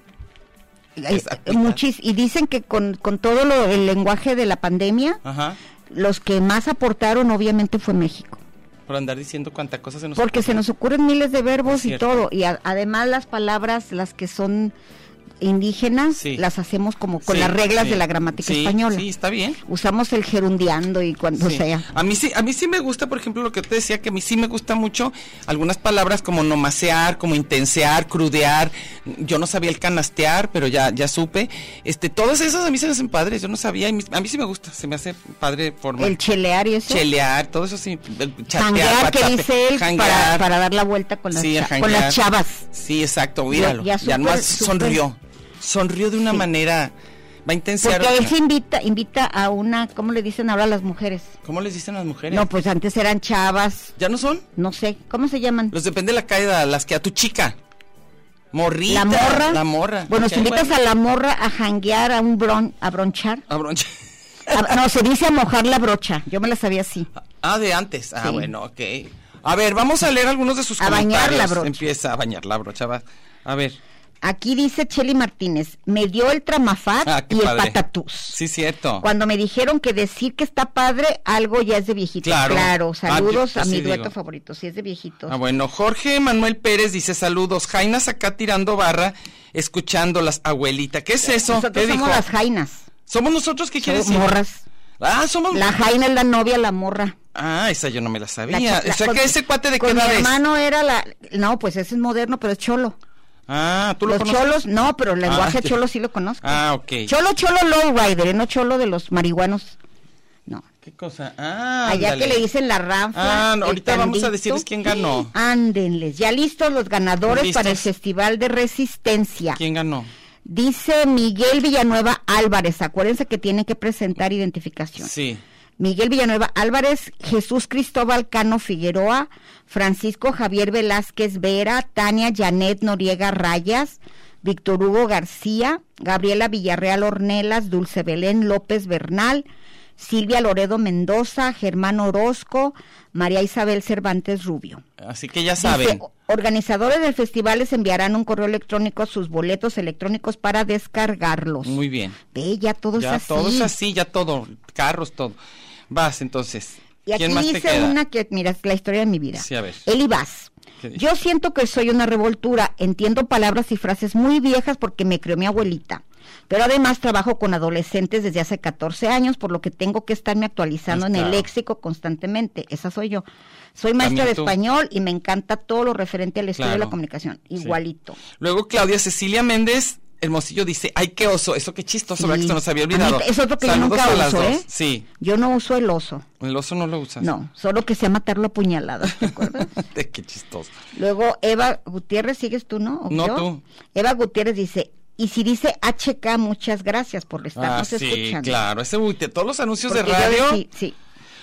[SPEAKER 4] eh,
[SPEAKER 3] agüitar.
[SPEAKER 4] muchis- y dicen que con, con todo lo, el lenguaje de la pandemia,
[SPEAKER 3] Ajá.
[SPEAKER 4] los que más aportaron obviamente fue México.
[SPEAKER 3] Por andar diciendo cuánta cosa se nos
[SPEAKER 4] Porque se nos ocurren miles de verbos
[SPEAKER 3] Pues Es
[SPEAKER 4] y
[SPEAKER 3] cierto.
[SPEAKER 4] todo. Y a- además las palabras, las que son indígenas
[SPEAKER 3] Sí.
[SPEAKER 4] las hacemos como con
[SPEAKER 3] Sí,
[SPEAKER 4] las reglas
[SPEAKER 3] sí.
[SPEAKER 4] de la gramática
[SPEAKER 3] Sí,
[SPEAKER 4] española.
[SPEAKER 3] Sí, está bien.
[SPEAKER 4] Usamos el gerundiando y cuando
[SPEAKER 3] Sí.
[SPEAKER 4] sea.
[SPEAKER 3] A mí sí, a mí sí me gusta, por ejemplo, lo que te decía, que a mí sí me gusta mucho algunas palabras como nomasear, como intensear, crudear. Yo no sabía el canastear, pero ya, ya supe. Este, todas esas a mí se me hacen padres, yo no sabía, y mis- a mí sí me gusta, se me hace padre forma.
[SPEAKER 4] El chelear y eso.
[SPEAKER 3] chelear, todo eso sí, eh, chatear,
[SPEAKER 4] Janguear, que
[SPEAKER 3] whatsappear,
[SPEAKER 4] dice él, para,
[SPEAKER 3] janguear.
[SPEAKER 4] para dar la vuelta con las,
[SPEAKER 3] Sí, el
[SPEAKER 4] cha- con
[SPEAKER 3] janguear.
[SPEAKER 4] las chavas.
[SPEAKER 3] Sí, exacto, míralo.
[SPEAKER 4] ya
[SPEAKER 3] Ya,
[SPEAKER 4] súper,
[SPEAKER 3] nomás
[SPEAKER 4] súper.
[SPEAKER 3] sonrió. Sonrió de una
[SPEAKER 4] Sí.
[SPEAKER 3] manera. Va a intensiar.
[SPEAKER 4] Porque él se invita, invita a una, ¿cómo le dicen ahora a las mujeres?
[SPEAKER 3] ¿Cómo les dicen las mujeres?
[SPEAKER 4] No, pues antes eran chavas,
[SPEAKER 3] ¿Ya no son?
[SPEAKER 4] no sé, ¿cómo se llaman?
[SPEAKER 3] Los depende de la caída, las que a tu chica. Morrita.
[SPEAKER 4] la morra.
[SPEAKER 3] La morra.
[SPEAKER 4] Bueno, si
[SPEAKER 3] Ok,
[SPEAKER 4] invitas
[SPEAKER 3] bueno. Ah,
[SPEAKER 4] a la morra a janguear, a un bron, a bronchar.
[SPEAKER 3] A broncha.
[SPEAKER 4] A- no, se dice a mojar la brocha. Yo me la sabía así.
[SPEAKER 3] Ah, de antes. Ah,
[SPEAKER 4] Sí.
[SPEAKER 3] bueno, ok. A ver, vamos a leer algunos de sus
[SPEAKER 4] A
[SPEAKER 3] comentarios.
[SPEAKER 4] bañar la brocha.
[SPEAKER 3] Empieza a bañar la brocha, va. A ver.
[SPEAKER 4] Aquí dice Cheli Martínez, me dio el tramafat
[SPEAKER 3] Ah, qué
[SPEAKER 4] y el
[SPEAKER 3] padre.
[SPEAKER 4] patatús.
[SPEAKER 3] Sí, cierto.
[SPEAKER 4] Cuando me dijeron que decir que está padre, algo ya es de viejito.
[SPEAKER 3] Claro.
[SPEAKER 4] Claro.
[SPEAKER 3] Ah,
[SPEAKER 4] Saludos
[SPEAKER 3] yo- yo
[SPEAKER 4] a mi
[SPEAKER 3] sí
[SPEAKER 4] dueto
[SPEAKER 3] digo.
[SPEAKER 4] favorito, si es de viejitos.
[SPEAKER 3] Ah, bueno, Jorge Manuel Pérez dice saludos. Jainas acá tirando barra, escuchando las abuelita. ¿Qué es eso?
[SPEAKER 4] Nosotros
[SPEAKER 3] ¿Qué
[SPEAKER 4] somos
[SPEAKER 3] dijo?
[SPEAKER 4] las jainas.
[SPEAKER 3] ¿Somos nosotros qué quieres
[SPEAKER 4] Somos
[SPEAKER 3] decir?
[SPEAKER 4] morras.
[SPEAKER 3] Ah, somos.
[SPEAKER 4] La jaina es la novia, la morra.
[SPEAKER 3] Ah, esa yo no me la sabía.
[SPEAKER 4] La que- la-
[SPEAKER 3] o sea,
[SPEAKER 4] con-
[SPEAKER 3] que ese cuate de qué
[SPEAKER 4] con
[SPEAKER 3] edad
[SPEAKER 4] Mi
[SPEAKER 3] es?
[SPEAKER 4] hermano era la. No, pues ese es moderno, pero es cholo.
[SPEAKER 3] Ah, tú lo
[SPEAKER 4] los
[SPEAKER 3] conoces.
[SPEAKER 4] cholos, no, pero el lenguaje
[SPEAKER 3] Ah, ya.
[SPEAKER 4] cholo sí lo conozco.
[SPEAKER 3] Ah, ok.
[SPEAKER 4] Cholo, cholo, lowrider, eh, no cholo de los marihuanos. No.
[SPEAKER 3] ¿Qué cosa? Ah,
[SPEAKER 4] Allá
[SPEAKER 3] ándale.
[SPEAKER 4] que le dicen la ranfa.
[SPEAKER 3] Ah, no,
[SPEAKER 4] el
[SPEAKER 3] ahorita vamos a
[SPEAKER 4] tandito.
[SPEAKER 3] decirles quién ganó.
[SPEAKER 4] Ándenles, ya listos los ganadores
[SPEAKER 3] ¿Listos?
[SPEAKER 4] para el Festival de Resistencia.
[SPEAKER 3] ¿Quién ganó?
[SPEAKER 4] Dice Miguel Villanueva Álvarez, acuérdense que tiene que presentar identificación.
[SPEAKER 3] Sí.
[SPEAKER 4] Miguel Villanueva Álvarez, Jesús Cristóbal Cano Figueroa, Francisco Javier Velázquez Vera, Tania Janet Noriega Rayas, Víctor Hugo García, Gabriela Villarreal Ornelas, Dulce Belén López Bernal, Silvia Loredo Mendoza, Germán Orozco, María Isabel Cervantes Rubio.
[SPEAKER 3] Así que ya
[SPEAKER 4] Dice, "Oh,
[SPEAKER 3] saben.
[SPEAKER 4] organizadores del festival les enviarán un correo electrónico a sus boletos electrónicos para descargarlos.
[SPEAKER 3] Muy bien.
[SPEAKER 4] Ve, ya todo
[SPEAKER 3] ya
[SPEAKER 4] es así.
[SPEAKER 3] todo es así, ya todo. Carros, todo. Vas, entonces.
[SPEAKER 4] Y aquí
[SPEAKER 3] ¿Quién más te
[SPEAKER 4] dice
[SPEAKER 3] queda?
[SPEAKER 4] una que, mira, es la historia de mi vida.
[SPEAKER 3] Sí, a ver.
[SPEAKER 4] Eli Vaz.
[SPEAKER 3] ¿Qué dice?
[SPEAKER 4] Yo siento que soy una revoltura, entiendo palabras y frases muy viejas porque me crió mi abuelita. Pero además trabajo con adolescentes desde hace 14 años, por lo que tengo que estarme actualizando
[SPEAKER 3] Ahí
[SPEAKER 4] en el
[SPEAKER 3] está.
[SPEAKER 4] léxico constantemente. Esa soy yo. Soy maestra
[SPEAKER 3] También
[SPEAKER 4] de
[SPEAKER 3] tú.
[SPEAKER 4] español y me encanta todo lo referente al estudio de
[SPEAKER 3] Claro.
[SPEAKER 4] la comunicación.
[SPEAKER 3] Sí.
[SPEAKER 4] Igualito.
[SPEAKER 3] Luego Claudia Cecilia Méndez. Hermosillo dice, ay, qué oso, eso qué chistoso, ¿verdad? Que se nos había
[SPEAKER 4] A mí
[SPEAKER 3] olvidado.
[SPEAKER 4] es otro que yo
[SPEAKER 3] Saludos
[SPEAKER 4] nunca
[SPEAKER 3] a las
[SPEAKER 4] uso,
[SPEAKER 3] dos.
[SPEAKER 4] ¿eh?
[SPEAKER 3] Sí,
[SPEAKER 4] Yo no uso el oso.
[SPEAKER 3] el oso no lo usas.
[SPEAKER 4] No, solo que sea matarlo a puñaladas, ¿te acuerdas?
[SPEAKER 3] qué chistoso.
[SPEAKER 4] Luego Eva Gutiérrez, ¿sigues tú, no? ¿O
[SPEAKER 3] No, tú.
[SPEAKER 4] Eva Gutiérrez dice, y si dice HK, muchas gracias por
[SPEAKER 3] Ah,
[SPEAKER 4] estarnos
[SPEAKER 3] sí,
[SPEAKER 4] escuchando.
[SPEAKER 3] claro. Ese, uy, de todos los anuncios
[SPEAKER 4] Porque
[SPEAKER 3] de
[SPEAKER 4] yo
[SPEAKER 3] radio.
[SPEAKER 4] Sí, sí.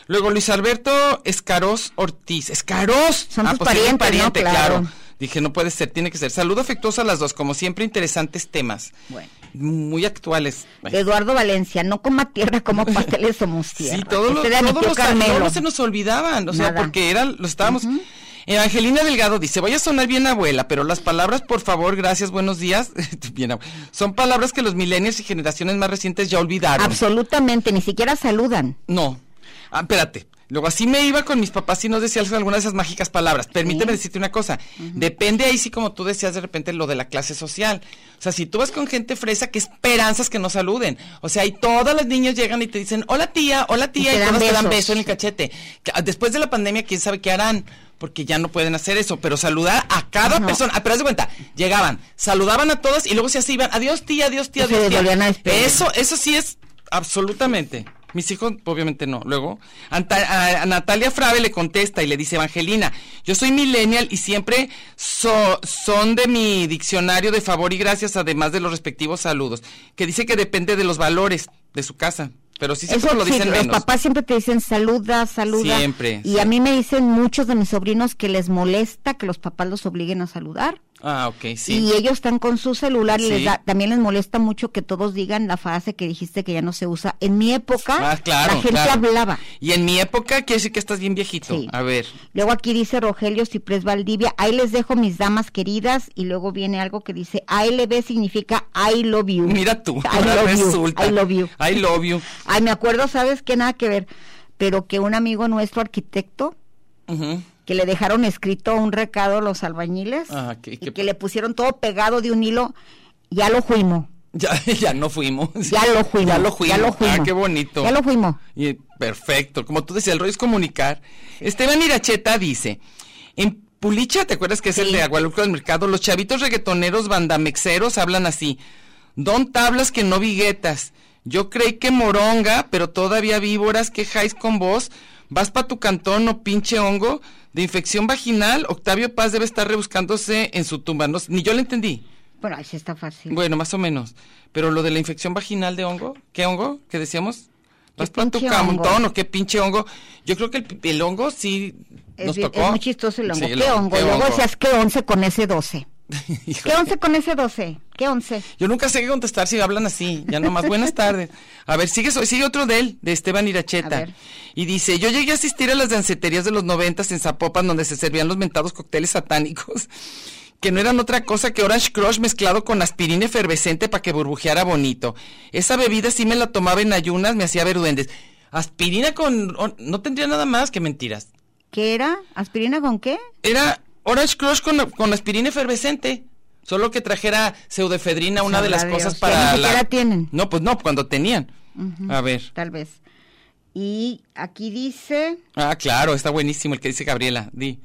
[SPEAKER 3] Luego Luis Alberto Escaroz Ortiz. Escaroz. Ah, pues
[SPEAKER 4] Son tus
[SPEAKER 3] sí, es
[SPEAKER 4] parientes, ¿no? Claro.
[SPEAKER 3] Dije, no puede ser, tiene que ser. Saludo afectuoso a las dos, como siempre, interesantes temas.
[SPEAKER 4] Bueno.
[SPEAKER 3] Muy actuales.
[SPEAKER 4] Eduardo Valencia, no coma tierra, como pasteles somos tierra.
[SPEAKER 3] Sí, todos los,
[SPEAKER 4] Este de
[SPEAKER 3] todos
[SPEAKER 4] Anitio
[SPEAKER 3] los-
[SPEAKER 4] Carmelo.
[SPEAKER 3] todos se nos olvidaban, o sea,
[SPEAKER 4] Nada.
[SPEAKER 3] porque era, lo estábamos... Evangelina Delgado dice, voy a sonar bien abuela, pero las palabras, por favor, gracias, buenos días, bien, abue- son palabras que los millennials y generaciones más recientes ya olvidaron.
[SPEAKER 4] Absolutamente, ni siquiera saludan.
[SPEAKER 3] No. Ah, espérate. Luego así me iba con mis papás y nos decías algunas de esas mágicas palabras. Permíteme decirte una cosa. Depende ahí sí como tú decías de repente lo de la clase social. O sea, si tú vas con gente fresa, qué esperanzas que no saluden. O sea, y todas las niñas llegan y te dicen, hola tía, hola tía,
[SPEAKER 4] te
[SPEAKER 3] y,
[SPEAKER 4] dan
[SPEAKER 3] todas te dan
[SPEAKER 4] besos.
[SPEAKER 3] beso en el cachete. Que, ah, Después de la pandemia, quién sabe qué harán, porque ya no pueden hacer eso. Pero saludar a cada
[SPEAKER 4] No.
[SPEAKER 3] persona. Ah, pero haz de cuenta, llegaban, saludaban a todas y luego se así iban, adiós tía, adiós tía,
[SPEAKER 4] Y se
[SPEAKER 3] adiós tía.
[SPEAKER 4] volvían a despedir.
[SPEAKER 3] Eso eso sí es absolutamente. Mis hijos, obviamente no. Luego, Anta- a, a Natalia Frave le contesta y le dice, Evangelina, yo soy millennial y siempre so- son de mi diccionario de favor y gracias, además de los respectivos saludos, que dice que depende de los valores de su casa. Pero sí siempre
[SPEAKER 4] Eso
[SPEAKER 3] lo
[SPEAKER 4] sí,
[SPEAKER 3] dicen menos.
[SPEAKER 4] los papás siempre te dicen saluda, saluda.
[SPEAKER 3] Siempre,
[SPEAKER 4] Y
[SPEAKER 3] sí.
[SPEAKER 4] a mí me dicen muchos de mis sobrinos que les molesta que los papás los obliguen a saludar.
[SPEAKER 3] Ah, ok, sí.
[SPEAKER 4] Y ellos están con su celular y
[SPEAKER 3] Sí.
[SPEAKER 4] les da- también les molesta mucho que todos digan la frase que dijiste que ya no se usa. En mi época,
[SPEAKER 3] Ah, claro,
[SPEAKER 4] la gente
[SPEAKER 3] claro.
[SPEAKER 4] hablaba.
[SPEAKER 3] Y en mi época quiere decir que estás bien viejito.
[SPEAKER 4] Sí.
[SPEAKER 3] A ver.
[SPEAKER 4] Luego aquí dice Rogelio Ciprés Valdivia, ahí les dejo mis damas queridas. Y luego viene algo que dice ALB significa I love you.
[SPEAKER 3] Mira tú,
[SPEAKER 4] I
[SPEAKER 3] ahora
[SPEAKER 4] love you,
[SPEAKER 3] resulta.
[SPEAKER 4] I love you.
[SPEAKER 3] I love you.
[SPEAKER 4] Ay, me acuerdo, ¿sabes qué? Nada que ver. Pero que un amigo nuestro, arquitecto,
[SPEAKER 3] Ujú.
[SPEAKER 4] que le dejaron escrito un recado a los albañiles
[SPEAKER 3] Ah, que-
[SPEAKER 4] y
[SPEAKER 3] que-
[SPEAKER 4] que le pusieron todo pegado de un hilo Ya lo fuimos.
[SPEAKER 3] Ya, ya no fuimos.
[SPEAKER 4] Ya lo fuimos.
[SPEAKER 3] Ya lo fuimos.
[SPEAKER 4] Ya lo fuimos.
[SPEAKER 3] Ah, qué bonito.
[SPEAKER 4] Ya lo fuimos.
[SPEAKER 3] Y, perfecto. Como tú decías, el rollo es comunicar. Esteban Iracheta dice, en Pulicha, ¿te acuerdas que es el de Agualuco del Mercado? Los chavitos reggaetoneros bandamexeros hablan así. Don tablas que no viguetas. Yo creí que moronga, pero todavía víboras, que jais con vos. Vas pa' tu cantón, no pinche hongo. De infección vaginal, Octavio Paz debe estar rebuscándose en su tumba. No, ni yo le entendí.
[SPEAKER 4] Bueno, ahí sí está fácil.
[SPEAKER 3] Bueno, más o menos. Pero lo de la infección vaginal de hongo, ¿qué hongo? ¿Qué decíamos? ¿Vas
[SPEAKER 4] ¿Qué
[SPEAKER 3] para tu
[SPEAKER 4] pinche hongo?
[SPEAKER 3] cantón o qué pinche hongo? Yo creo que el, el hongo sí
[SPEAKER 4] es,
[SPEAKER 3] nos
[SPEAKER 4] bien-
[SPEAKER 3] tocó.
[SPEAKER 4] es muy chistoso el hongo.
[SPEAKER 3] Sí,
[SPEAKER 4] ¿Qué hongo? Luego
[SPEAKER 3] hongo?
[SPEAKER 4] decías, ¿qué once con ese 12?
[SPEAKER 3] Híjole.
[SPEAKER 4] ¿Qué once con ese 12? ¿Qué once?
[SPEAKER 3] Yo nunca sé qué contestar si hablan así. Ya nomás, buenas tardes. A ver, sigue, so- sigue otro de él, de Esteban
[SPEAKER 4] A
[SPEAKER 3] Iracheta.
[SPEAKER 4] ver.
[SPEAKER 3] Y dice, yo llegué a asistir a las danceterías de los noventas en Zapopan, donde se servían los mentados cócteles satánicos, que no eran otra cosa que Orange Crush mezclado con aspirina efervescente para que burbujeara bonito. Esa bebida sí me la tomaba en ayunas, me hacía ver duendes. Aspirina con... o- No tendría nada más que mentiras.
[SPEAKER 4] ¿Qué era? ¿Aspirina con qué?
[SPEAKER 3] Era Orange Crush con, con aspirina efervescente. Solo que trajera pseudoefedrina, una de las
[SPEAKER 4] Sabrá
[SPEAKER 3] cosas
[SPEAKER 4] Dios. Ya
[SPEAKER 3] para
[SPEAKER 4] ni siquiera
[SPEAKER 3] la...
[SPEAKER 4] tienen.
[SPEAKER 3] No, pues no, cuando tenían. A ver.
[SPEAKER 4] Tal vez. Y aquí dice,
[SPEAKER 3] Ah, claro, está buenísimo el que dice Gabriela. Di.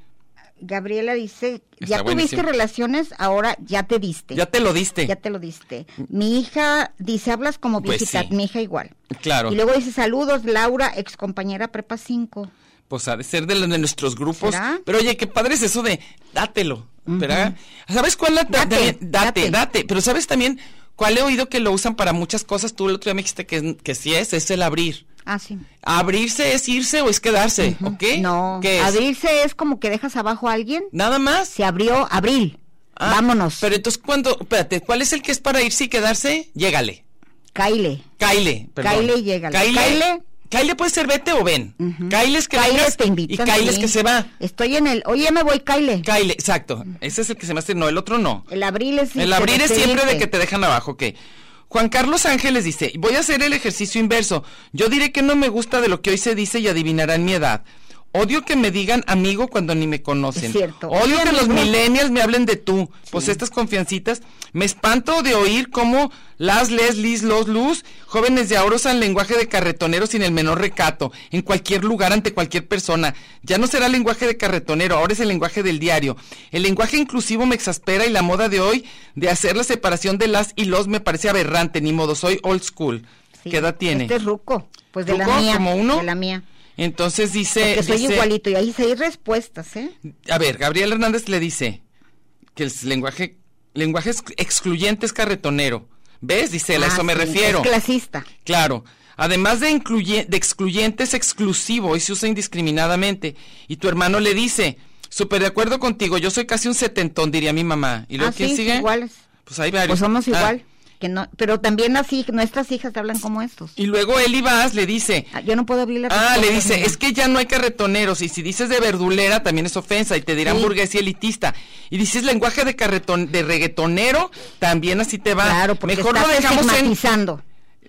[SPEAKER 4] Gabriela dice,
[SPEAKER 3] Está
[SPEAKER 4] ya
[SPEAKER 3] buenísimo.
[SPEAKER 4] tuviste relaciones, ahora ya te diste.
[SPEAKER 3] Ya te lo diste.
[SPEAKER 4] Ya te lo diste. Mi hija dice, hablas como
[SPEAKER 3] Pues
[SPEAKER 4] visita,
[SPEAKER 3] sí.
[SPEAKER 4] mi hija igual.
[SPEAKER 3] Claro.
[SPEAKER 4] Y luego dice, saludos, Laura, ex compañera Prepa 5.
[SPEAKER 3] Pues ha de ser de, los- de nuestros grupos.
[SPEAKER 4] ¿Será?
[SPEAKER 3] Pero oye, qué padre es eso de dátelo. ¿verdad? ¿Sabes cuál la ta-
[SPEAKER 4] Date,
[SPEAKER 3] también- date, date,
[SPEAKER 4] date.
[SPEAKER 3] Pero sabes también cuál he oído que lo usan para muchas cosas. Tú el otro día me dijiste que, que sí es, es el abrir.
[SPEAKER 4] Ah, sí.
[SPEAKER 3] Abrirse es irse o es quedarse, ¿ok?
[SPEAKER 4] No,
[SPEAKER 3] ¿Qué es?
[SPEAKER 4] abrirse es como que dejas abajo a alguien.
[SPEAKER 3] Nada más.
[SPEAKER 4] Se abrió, abril.
[SPEAKER 3] Ah,
[SPEAKER 4] Vámonos.
[SPEAKER 3] Pero entonces, cuando, espérate, ¿cuál es el que es para irse y quedarse? Llégale.
[SPEAKER 4] Caile.
[SPEAKER 3] Caile, perdón.
[SPEAKER 4] Caile y llégale.
[SPEAKER 3] Caile. Caile.
[SPEAKER 4] Caile.
[SPEAKER 3] puede ser vete o ven.
[SPEAKER 4] Ujú.
[SPEAKER 3] Caile es que
[SPEAKER 4] Caile
[SPEAKER 3] vengas
[SPEAKER 4] te invita.
[SPEAKER 3] y Caile es que se va.
[SPEAKER 4] Estoy en el, oye, me voy, Caile.
[SPEAKER 3] Caile, exacto. Ese es el que se me hace, no, el otro no.
[SPEAKER 4] el abril es...
[SPEAKER 3] el abrir es siempre de
[SPEAKER 4] despediste.
[SPEAKER 3] que te dejan abajo, ok. Juan Carlos Ángeles dice, voy a hacer el ejercicio inverso. Yo diré que no me gusta de lo que hoy se dice y adivinarán mi edad. Odio que me digan amigo cuando ni me conocen.
[SPEAKER 4] Es cierto.
[SPEAKER 3] Odio
[SPEAKER 4] Oye,
[SPEAKER 3] que los
[SPEAKER 4] amigo.
[SPEAKER 3] millennials me hablen de tú. Pues estas confiancitas. Me espanto de oír cómo las, les, lis, los, luz, jóvenes de ahora usan lenguaje de carretonero sin el menor recato, en cualquier lugar, ante cualquier persona. Ya no será lenguaje de carretonero, ahora es el lenguaje del diario. El lenguaje inclusivo me exaspera y la moda de hoy de hacer la separación de las y los me parece aberrante. Ni modo, soy old school.
[SPEAKER 4] Sí.
[SPEAKER 3] ¿Qué edad tiene?
[SPEAKER 4] Este es ruco. Pues de la
[SPEAKER 3] ¿Ruco?
[SPEAKER 4] mía.
[SPEAKER 3] ¿Como uno?
[SPEAKER 4] De la mía.
[SPEAKER 3] Entonces dice...
[SPEAKER 4] Porque soy
[SPEAKER 3] dice-
[SPEAKER 4] igualito. Y ahí seis respuestas, ¿eh?
[SPEAKER 3] A ver, Gabriel Hernández le dice que el lenguaje, lenguaje ex- excluyente es carretonero. ¿Ves? Dice él, a
[SPEAKER 4] Ah,
[SPEAKER 3] eso me
[SPEAKER 4] sí,
[SPEAKER 3] refiero.
[SPEAKER 4] Es clasista.
[SPEAKER 3] Claro. Además de, incluye- de excluyente es exclusivo y se usa indiscriminadamente. Y tu hermano le dice, súper de acuerdo contigo, yo soy casi un setentón, diría mi mamá. ¿Y luego
[SPEAKER 4] Ah,
[SPEAKER 3] quién
[SPEAKER 4] sí,
[SPEAKER 3] sigue?
[SPEAKER 4] iguales.
[SPEAKER 3] Pues hay varios.
[SPEAKER 4] Pues somos
[SPEAKER 3] Ah,
[SPEAKER 4] igual. Que no, pero también las hij- nuestras hijas hablan como estos.
[SPEAKER 3] Y luego él y Vaz le dice,
[SPEAKER 4] Ah, Yo no puedo abrir la
[SPEAKER 3] Ah,
[SPEAKER 4] respuesta,
[SPEAKER 3] le dice,
[SPEAKER 4] mira.
[SPEAKER 3] es que ya no hay carretoneros. Y si dices de verdulera, también es ofensa. Y te dirán
[SPEAKER 4] Sí.
[SPEAKER 3] burgués y elitista. Y dices lenguaje de carretón, de reggaetonero, también así te va.
[SPEAKER 4] Claro, porque
[SPEAKER 3] mejor
[SPEAKER 4] estás
[SPEAKER 3] lo dejamos en.
[SPEAKER 4] estigmatizando.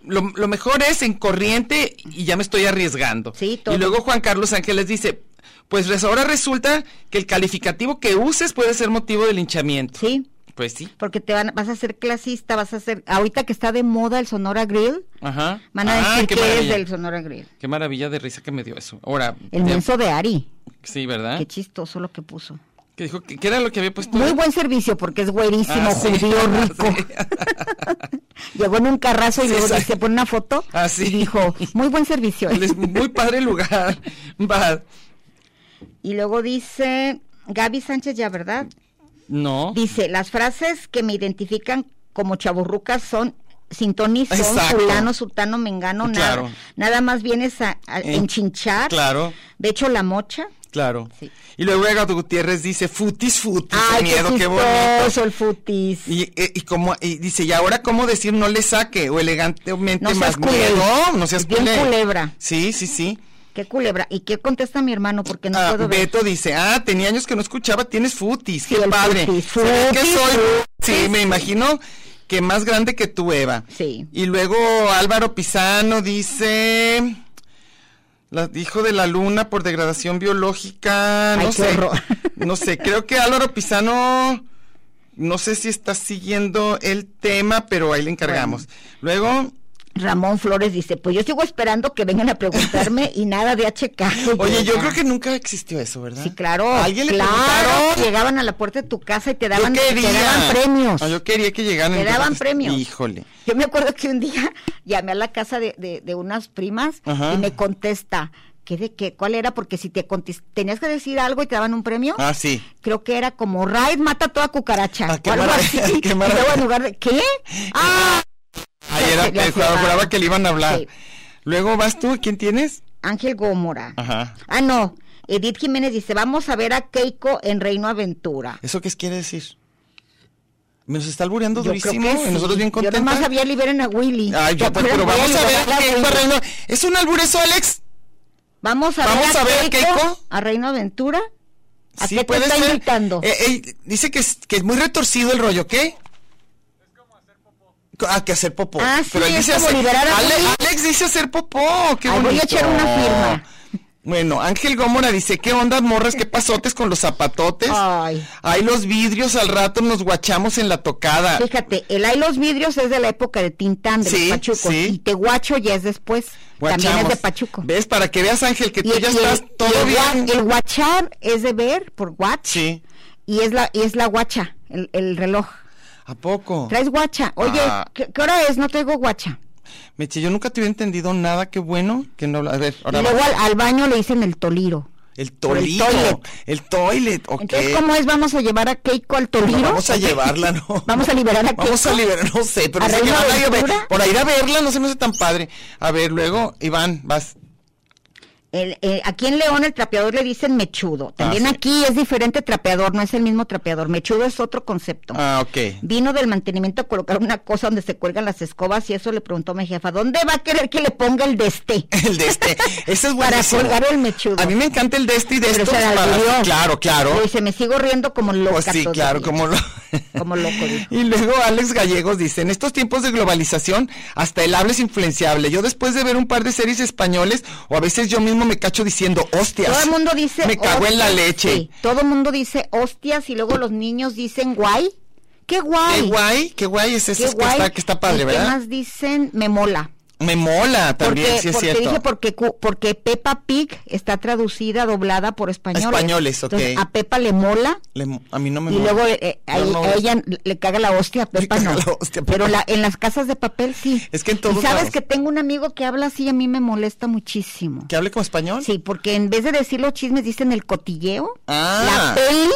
[SPEAKER 3] Lo, lo mejor es en corriente y ya me estoy arriesgando.
[SPEAKER 4] Sí, todo.
[SPEAKER 3] Y luego Juan Carlos Ángeles dice. Pues res- ahora resulta que el calificativo que uses puede ser motivo de linchamiento.
[SPEAKER 4] Sí,
[SPEAKER 3] Pues sí.
[SPEAKER 4] porque te van, vas a ser clasista, vas a ser... Ahorita que está de moda el Sonora Grill,
[SPEAKER 3] Ajá.
[SPEAKER 4] van a
[SPEAKER 3] Ah,
[SPEAKER 4] decir
[SPEAKER 3] qué
[SPEAKER 4] que eres
[SPEAKER 3] maravilla.
[SPEAKER 4] del Sonora Grill.
[SPEAKER 3] Qué maravilla de risa que me dio eso. Ahora.
[SPEAKER 4] El
[SPEAKER 3] ya-
[SPEAKER 4] menso de Ari.
[SPEAKER 3] Sí, ¿verdad?
[SPEAKER 4] Qué chistoso lo que puso.
[SPEAKER 3] Que dijo que, que era lo que había puesto.
[SPEAKER 4] Muy buen servicio porque es güerísimo,
[SPEAKER 3] Ah, sí.
[SPEAKER 4] judío, rico. Llegó en un carrazo y
[SPEAKER 3] Sí,
[SPEAKER 4] luego
[SPEAKER 3] exacto.
[SPEAKER 4] dice, pone una foto
[SPEAKER 3] Ah, sí.
[SPEAKER 4] y dijo, muy buen servicio. eh".
[SPEAKER 3] Es muy padre el lugar. Va.
[SPEAKER 4] Y luego dice, Gaby Sánchez ya, ¿verdad?
[SPEAKER 3] No.
[SPEAKER 4] Dice, las frases que me identifican como chaburrucas son sintoni, son,
[SPEAKER 3] Exacto.
[SPEAKER 4] fulano, sultano, mengano, nada.
[SPEAKER 3] Claro.
[SPEAKER 4] Nada más vienes a, a
[SPEAKER 3] En-
[SPEAKER 4] enchinchar.
[SPEAKER 3] Claro,
[SPEAKER 4] De hecho, la mocha.
[SPEAKER 3] claro.
[SPEAKER 4] Sí.
[SPEAKER 3] Y luego Eduardo Gutiérrez dice, futis, futis,
[SPEAKER 4] Ay,
[SPEAKER 3] qué miedo,
[SPEAKER 4] qué,
[SPEAKER 3] qué
[SPEAKER 4] chistoso
[SPEAKER 3] bonito.
[SPEAKER 4] el futis.
[SPEAKER 3] Y, eh, y como, y dice, y ahora cómo decir no le saque, o elegantemente
[SPEAKER 4] No
[SPEAKER 3] más
[SPEAKER 4] seas culé.
[SPEAKER 3] miedo, no seas
[SPEAKER 4] Bien
[SPEAKER 3] culé.
[SPEAKER 4] culebra.
[SPEAKER 3] Sí, sí, sí.
[SPEAKER 4] Qué culebra. ¿Y qué contesta mi hermano? Porque no
[SPEAKER 3] Ah,
[SPEAKER 4] puedo ver.
[SPEAKER 3] Beto dice, ah, tenía años que no escuchaba, tienes futis,
[SPEAKER 4] Sí,
[SPEAKER 3] qué
[SPEAKER 4] el
[SPEAKER 3] padre.
[SPEAKER 4] futis,
[SPEAKER 3] Se ve que
[SPEAKER 4] futis,
[SPEAKER 3] soy,
[SPEAKER 4] futis.
[SPEAKER 3] sí, me imagino que más grande que tú, Eva.
[SPEAKER 4] Sí.
[SPEAKER 3] Y luego Álvaro Pisano dice, la, hijo de la luna por degradación biológica,
[SPEAKER 4] Ay,
[SPEAKER 3] no
[SPEAKER 4] qué
[SPEAKER 3] sé,
[SPEAKER 4] horror.
[SPEAKER 3] no sé, creo que Álvaro Pisano No sé si está siguiendo el tema, pero ahí le encargamos. Luego,
[SPEAKER 4] Ramón Flores dice, pues yo sigo esperando que vengan a preguntarme y nada de HK.
[SPEAKER 3] oye, yo
[SPEAKER 4] Ya.
[SPEAKER 3] creo que nunca existió eso, ¿verdad?
[SPEAKER 4] Sí, claro.
[SPEAKER 3] ¿A ¿Ah? alguien le
[SPEAKER 4] claro,
[SPEAKER 3] preguntaron?
[SPEAKER 4] Llegaban a la puerta de tu casa y te daban,
[SPEAKER 3] yo
[SPEAKER 4] te
[SPEAKER 3] quería.
[SPEAKER 4] daban premios.
[SPEAKER 3] Ah, yo quería que llegaran.
[SPEAKER 4] Te
[SPEAKER 3] entonces,
[SPEAKER 4] daban premios.
[SPEAKER 3] Híjole.
[SPEAKER 4] Yo me acuerdo que un día llamé a la casa de, de- de unas primas
[SPEAKER 3] Ajá.
[SPEAKER 4] y me contesta, ¿qué de qué? ¿Cuál era? Porque si te contes- tenías que decir algo y te daban un premio,
[SPEAKER 3] Ah, sí.
[SPEAKER 4] creo que era como Raid mata toda cucaracha.
[SPEAKER 3] Ah, qué
[SPEAKER 4] o algo
[SPEAKER 3] maravilla,
[SPEAKER 4] así.
[SPEAKER 3] qué
[SPEAKER 4] Y luego
[SPEAKER 3] maravilla.
[SPEAKER 4] en lugar de, ¿qué? Ah,
[SPEAKER 3] Ayer era,
[SPEAKER 4] Ya
[SPEAKER 3] eh, juraba,
[SPEAKER 4] juraba.
[SPEAKER 3] juraba que le iban a hablar.
[SPEAKER 4] Sí.
[SPEAKER 3] Luego vas tú, ¿quién tienes?
[SPEAKER 4] Ángel Gómora.
[SPEAKER 3] Ajá.
[SPEAKER 4] Ah, no. Edith Jiménez dice, vamos a ver a Keiko en Reino Aventura.
[SPEAKER 3] ¿Eso qué quiere decir? Me nos está albureando
[SPEAKER 4] Yo creo
[SPEAKER 3] durísimo
[SPEAKER 4] que
[SPEAKER 3] y
[SPEAKER 4] sí.
[SPEAKER 3] nosotros bien
[SPEAKER 4] Yo nomás
[SPEAKER 3] contentos.
[SPEAKER 4] sabía liberen a Willy.
[SPEAKER 3] Ay,
[SPEAKER 4] ¿Te
[SPEAKER 3] yo, pero,
[SPEAKER 4] acuerdas?
[SPEAKER 3] pero
[SPEAKER 4] Voy
[SPEAKER 3] vamos a ver
[SPEAKER 4] liberar
[SPEAKER 3] qué
[SPEAKER 4] Willy.
[SPEAKER 3] Reino. ¿Es un alburezo, Alex?
[SPEAKER 4] Vamos a
[SPEAKER 3] Vamos
[SPEAKER 4] ver a,
[SPEAKER 3] a ver a
[SPEAKER 4] Keiko,
[SPEAKER 3] Keiko.
[SPEAKER 4] a Reino Aventura. ¿A qué te está invitando?
[SPEAKER 3] Eh, eh, dice que es, que es muy retorcido el rollo, ¿qué? Ah, que hacer popó.
[SPEAKER 4] Ah, sí,
[SPEAKER 3] él
[SPEAKER 4] es como liberar a
[SPEAKER 3] Ale-
[SPEAKER 4] Willy.
[SPEAKER 3] Alex dice hacer popó. Qué
[SPEAKER 4] Ahí voy a
[SPEAKER 3] bonito.
[SPEAKER 4] echar una firma.
[SPEAKER 3] Bueno, Ángel Gómora dice, ¿qué onda, morras? ¿Qué pasotes con los zapatotes?
[SPEAKER 4] Ay.
[SPEAKER 3] Ahí los vidrios al rato nos guachamos en la tocada.
[SPEAKER 4] Fíjate, el Hay los vidrios es de la época de Tintán, de
[SPEAKER 3] Sí,
[SPEAKER 4] los Pachucos.
[SPEAKER 3] sí.
[SPEAKER 4] Y Tehuacho ya es después. También es de
[SPEAKER 3] Guachamos.
[SPEAKER 4] Pachuco.
[SPEAKER 3] ¿Ves? Para que veas, Ángel, que tú ya estás todo
[SPEAKER 4] el, gua-
[SPEAKER 3] bien.
[SPEAKER 4] el guachar es de ver por watch.
[SPEAKER 3] Sí.
[SPEAKER 4] Y es la, y es la guacha, el, el reloj.
[SPEAKER 3] ¿A poco?
[SPEAKER 4] ¿Traes guacha? Oye,
[SPEAKER 3] Oh. Ah.
[SPEAKER 4] ¿qué, qué hora es? No traigo guacha.
[SPEAKER 3] Meche, yo nunca te hubiera entendido nada, qué bueno que no habla. A ver, ahora
[SPEAKER 4] y
[SPEAKER 3] va.
[SPEAKER 4] luego al, al baño le dicen el toliro.
[SPEAKER 3] El
[SPEAKER 4] Por el
[SPEAKER 3] tolito.
[SPEAKER 4] toilet.
[SPEAKER 3] El toilet, ok.
[SPEAKER 4] Entonces, ¿cómo es? ¿Vamos a llevar a Keiko al toliro?
[SPEAKER 3] No, vamos a llevarla, ¿no?
[SPEAKER 4] Vamos a liberar a Keiko.
[SPEAKER 3] Vamos a liberar, no sé, pero
[SPEAKER 4] ¿A
[SPEAKER 3] dice que
[SPEAKER 4] Reino
[SPEAKER 3] van a ir a ver-
[SPEAKER 4] Aventura?
[SPEAKER 3] por ir a verla no se me hace tan padre. A ver, luego, Iván, vas.
[SPEAKER 4] El- eh, aquí en León el trapeador le dicen mechudo. También
[SPEAKER 3] Ah, sí.
[SPEAKER 4] aquí es diferente trapeador, no es el mismo trapeador. Mechudo es otro concepto.
[SPEAKER 3] Ah, ok.
[SPEAKER 4] Vino del mantenimiento a colocar una cosa donde se cuelgan las escobas y eso le preguntó a mi jefa, ¿dónde va a querer que le ponga el de este?
[SPEAKER 3] El de este. Ese es
[SPEAKER 4] Para
[SPEAKER 3] buenísimo.
[SPEAKER 4] colgar el mechudo.
[SPEAKER 3] A mí me encanta el de este y de
[SPEAKER 4] Pero
[SPEAKER 3] estos.
[SPEAKER 4] se la
[SPEAKER 3] para-
[SPEAKER 4] albureó.
[SPEAKER 3] Claro, claro.
[SPEAKER 4] Y se me sigo riendo como loca.
[SPEAKER 3] Pues sí,
[SPEAKER 4] todavía".
[SPEAKER 3] claro, como lo...
[SPEAKER 4] Como loco, dijo.
[SPEAKER 3] Y luego Alex Gallegos dice, en estos tiempos de globalización, hasta el habla es influenciable. Yo después de ver un par de series españoles, o a veces yo mismo me cacho diciendo, hostias.
[SPEAKER 4] Todo el mundo dice.
[SPEAKER 3] Me cago en la
[SPEAKER 4] "Hostias",
[SPEAKER 3] leche.
[SPEAKER 4] sí, todo el mundo dice hostias y luego los niños dicen guay. ¡Qué guay!
[SPEAKER 3] Qué guay, qué guay es
[SPEAKER 4] qué
[SPEAKER 3] eso que
[SPEAKER 4] guay.
[SPEAKER 3] está, que está padre,
[SPEAKER 4] ¿Y
[SPEAKER 3] ¿verdad?
[SPEAKER 4] ¿Qué más dicen? Me mola.
[SPEAKER 3] Me mola también,
[SPEAKER 4] porque,
[SPEAKER 3] sí es
[SPEAKER 4] porque
[SPEAKER 3] cierto.
[SPEAKER 4] dije porque cu- porque Peppa Pig está traducida doblada por españoles.
[SPEAKER 3] Españoles, ok.
[SPEAKER 4] Entonces, a Peppa le mola
[SPEAKER 3] Le mo- a mí no me
[SPEAKER 4] y
[SPEAKER 3] mola.
[SPEAKER 4] luego eh, a,
[SPEAKER 3] Yo no-
[SPEAKER 4] a ella le caga la hostia a Peppa
[SPEAKER 3] caga
[SPEAKER 4] no.
[SPEAKER 3] la hostia a Peppa.
[SPEAKER 4] Pero la- en las casas de papel sí.
[SPEAKER 3] Es que en todos
[SPEAKER 4] Y sabes
[SPEAKER 3] lados.
[SPEAKER 4] que tengo un amigo que habla así y a mí me molesta muchísimo.
[SPEAKER 3] ¿Que hable como español?
[SPEAKER 4] Sí, porque en vez de decir los chismes dicen el cotilleo.
[SPEAKER 3] Ah.
[SPEAKER 4] La peli,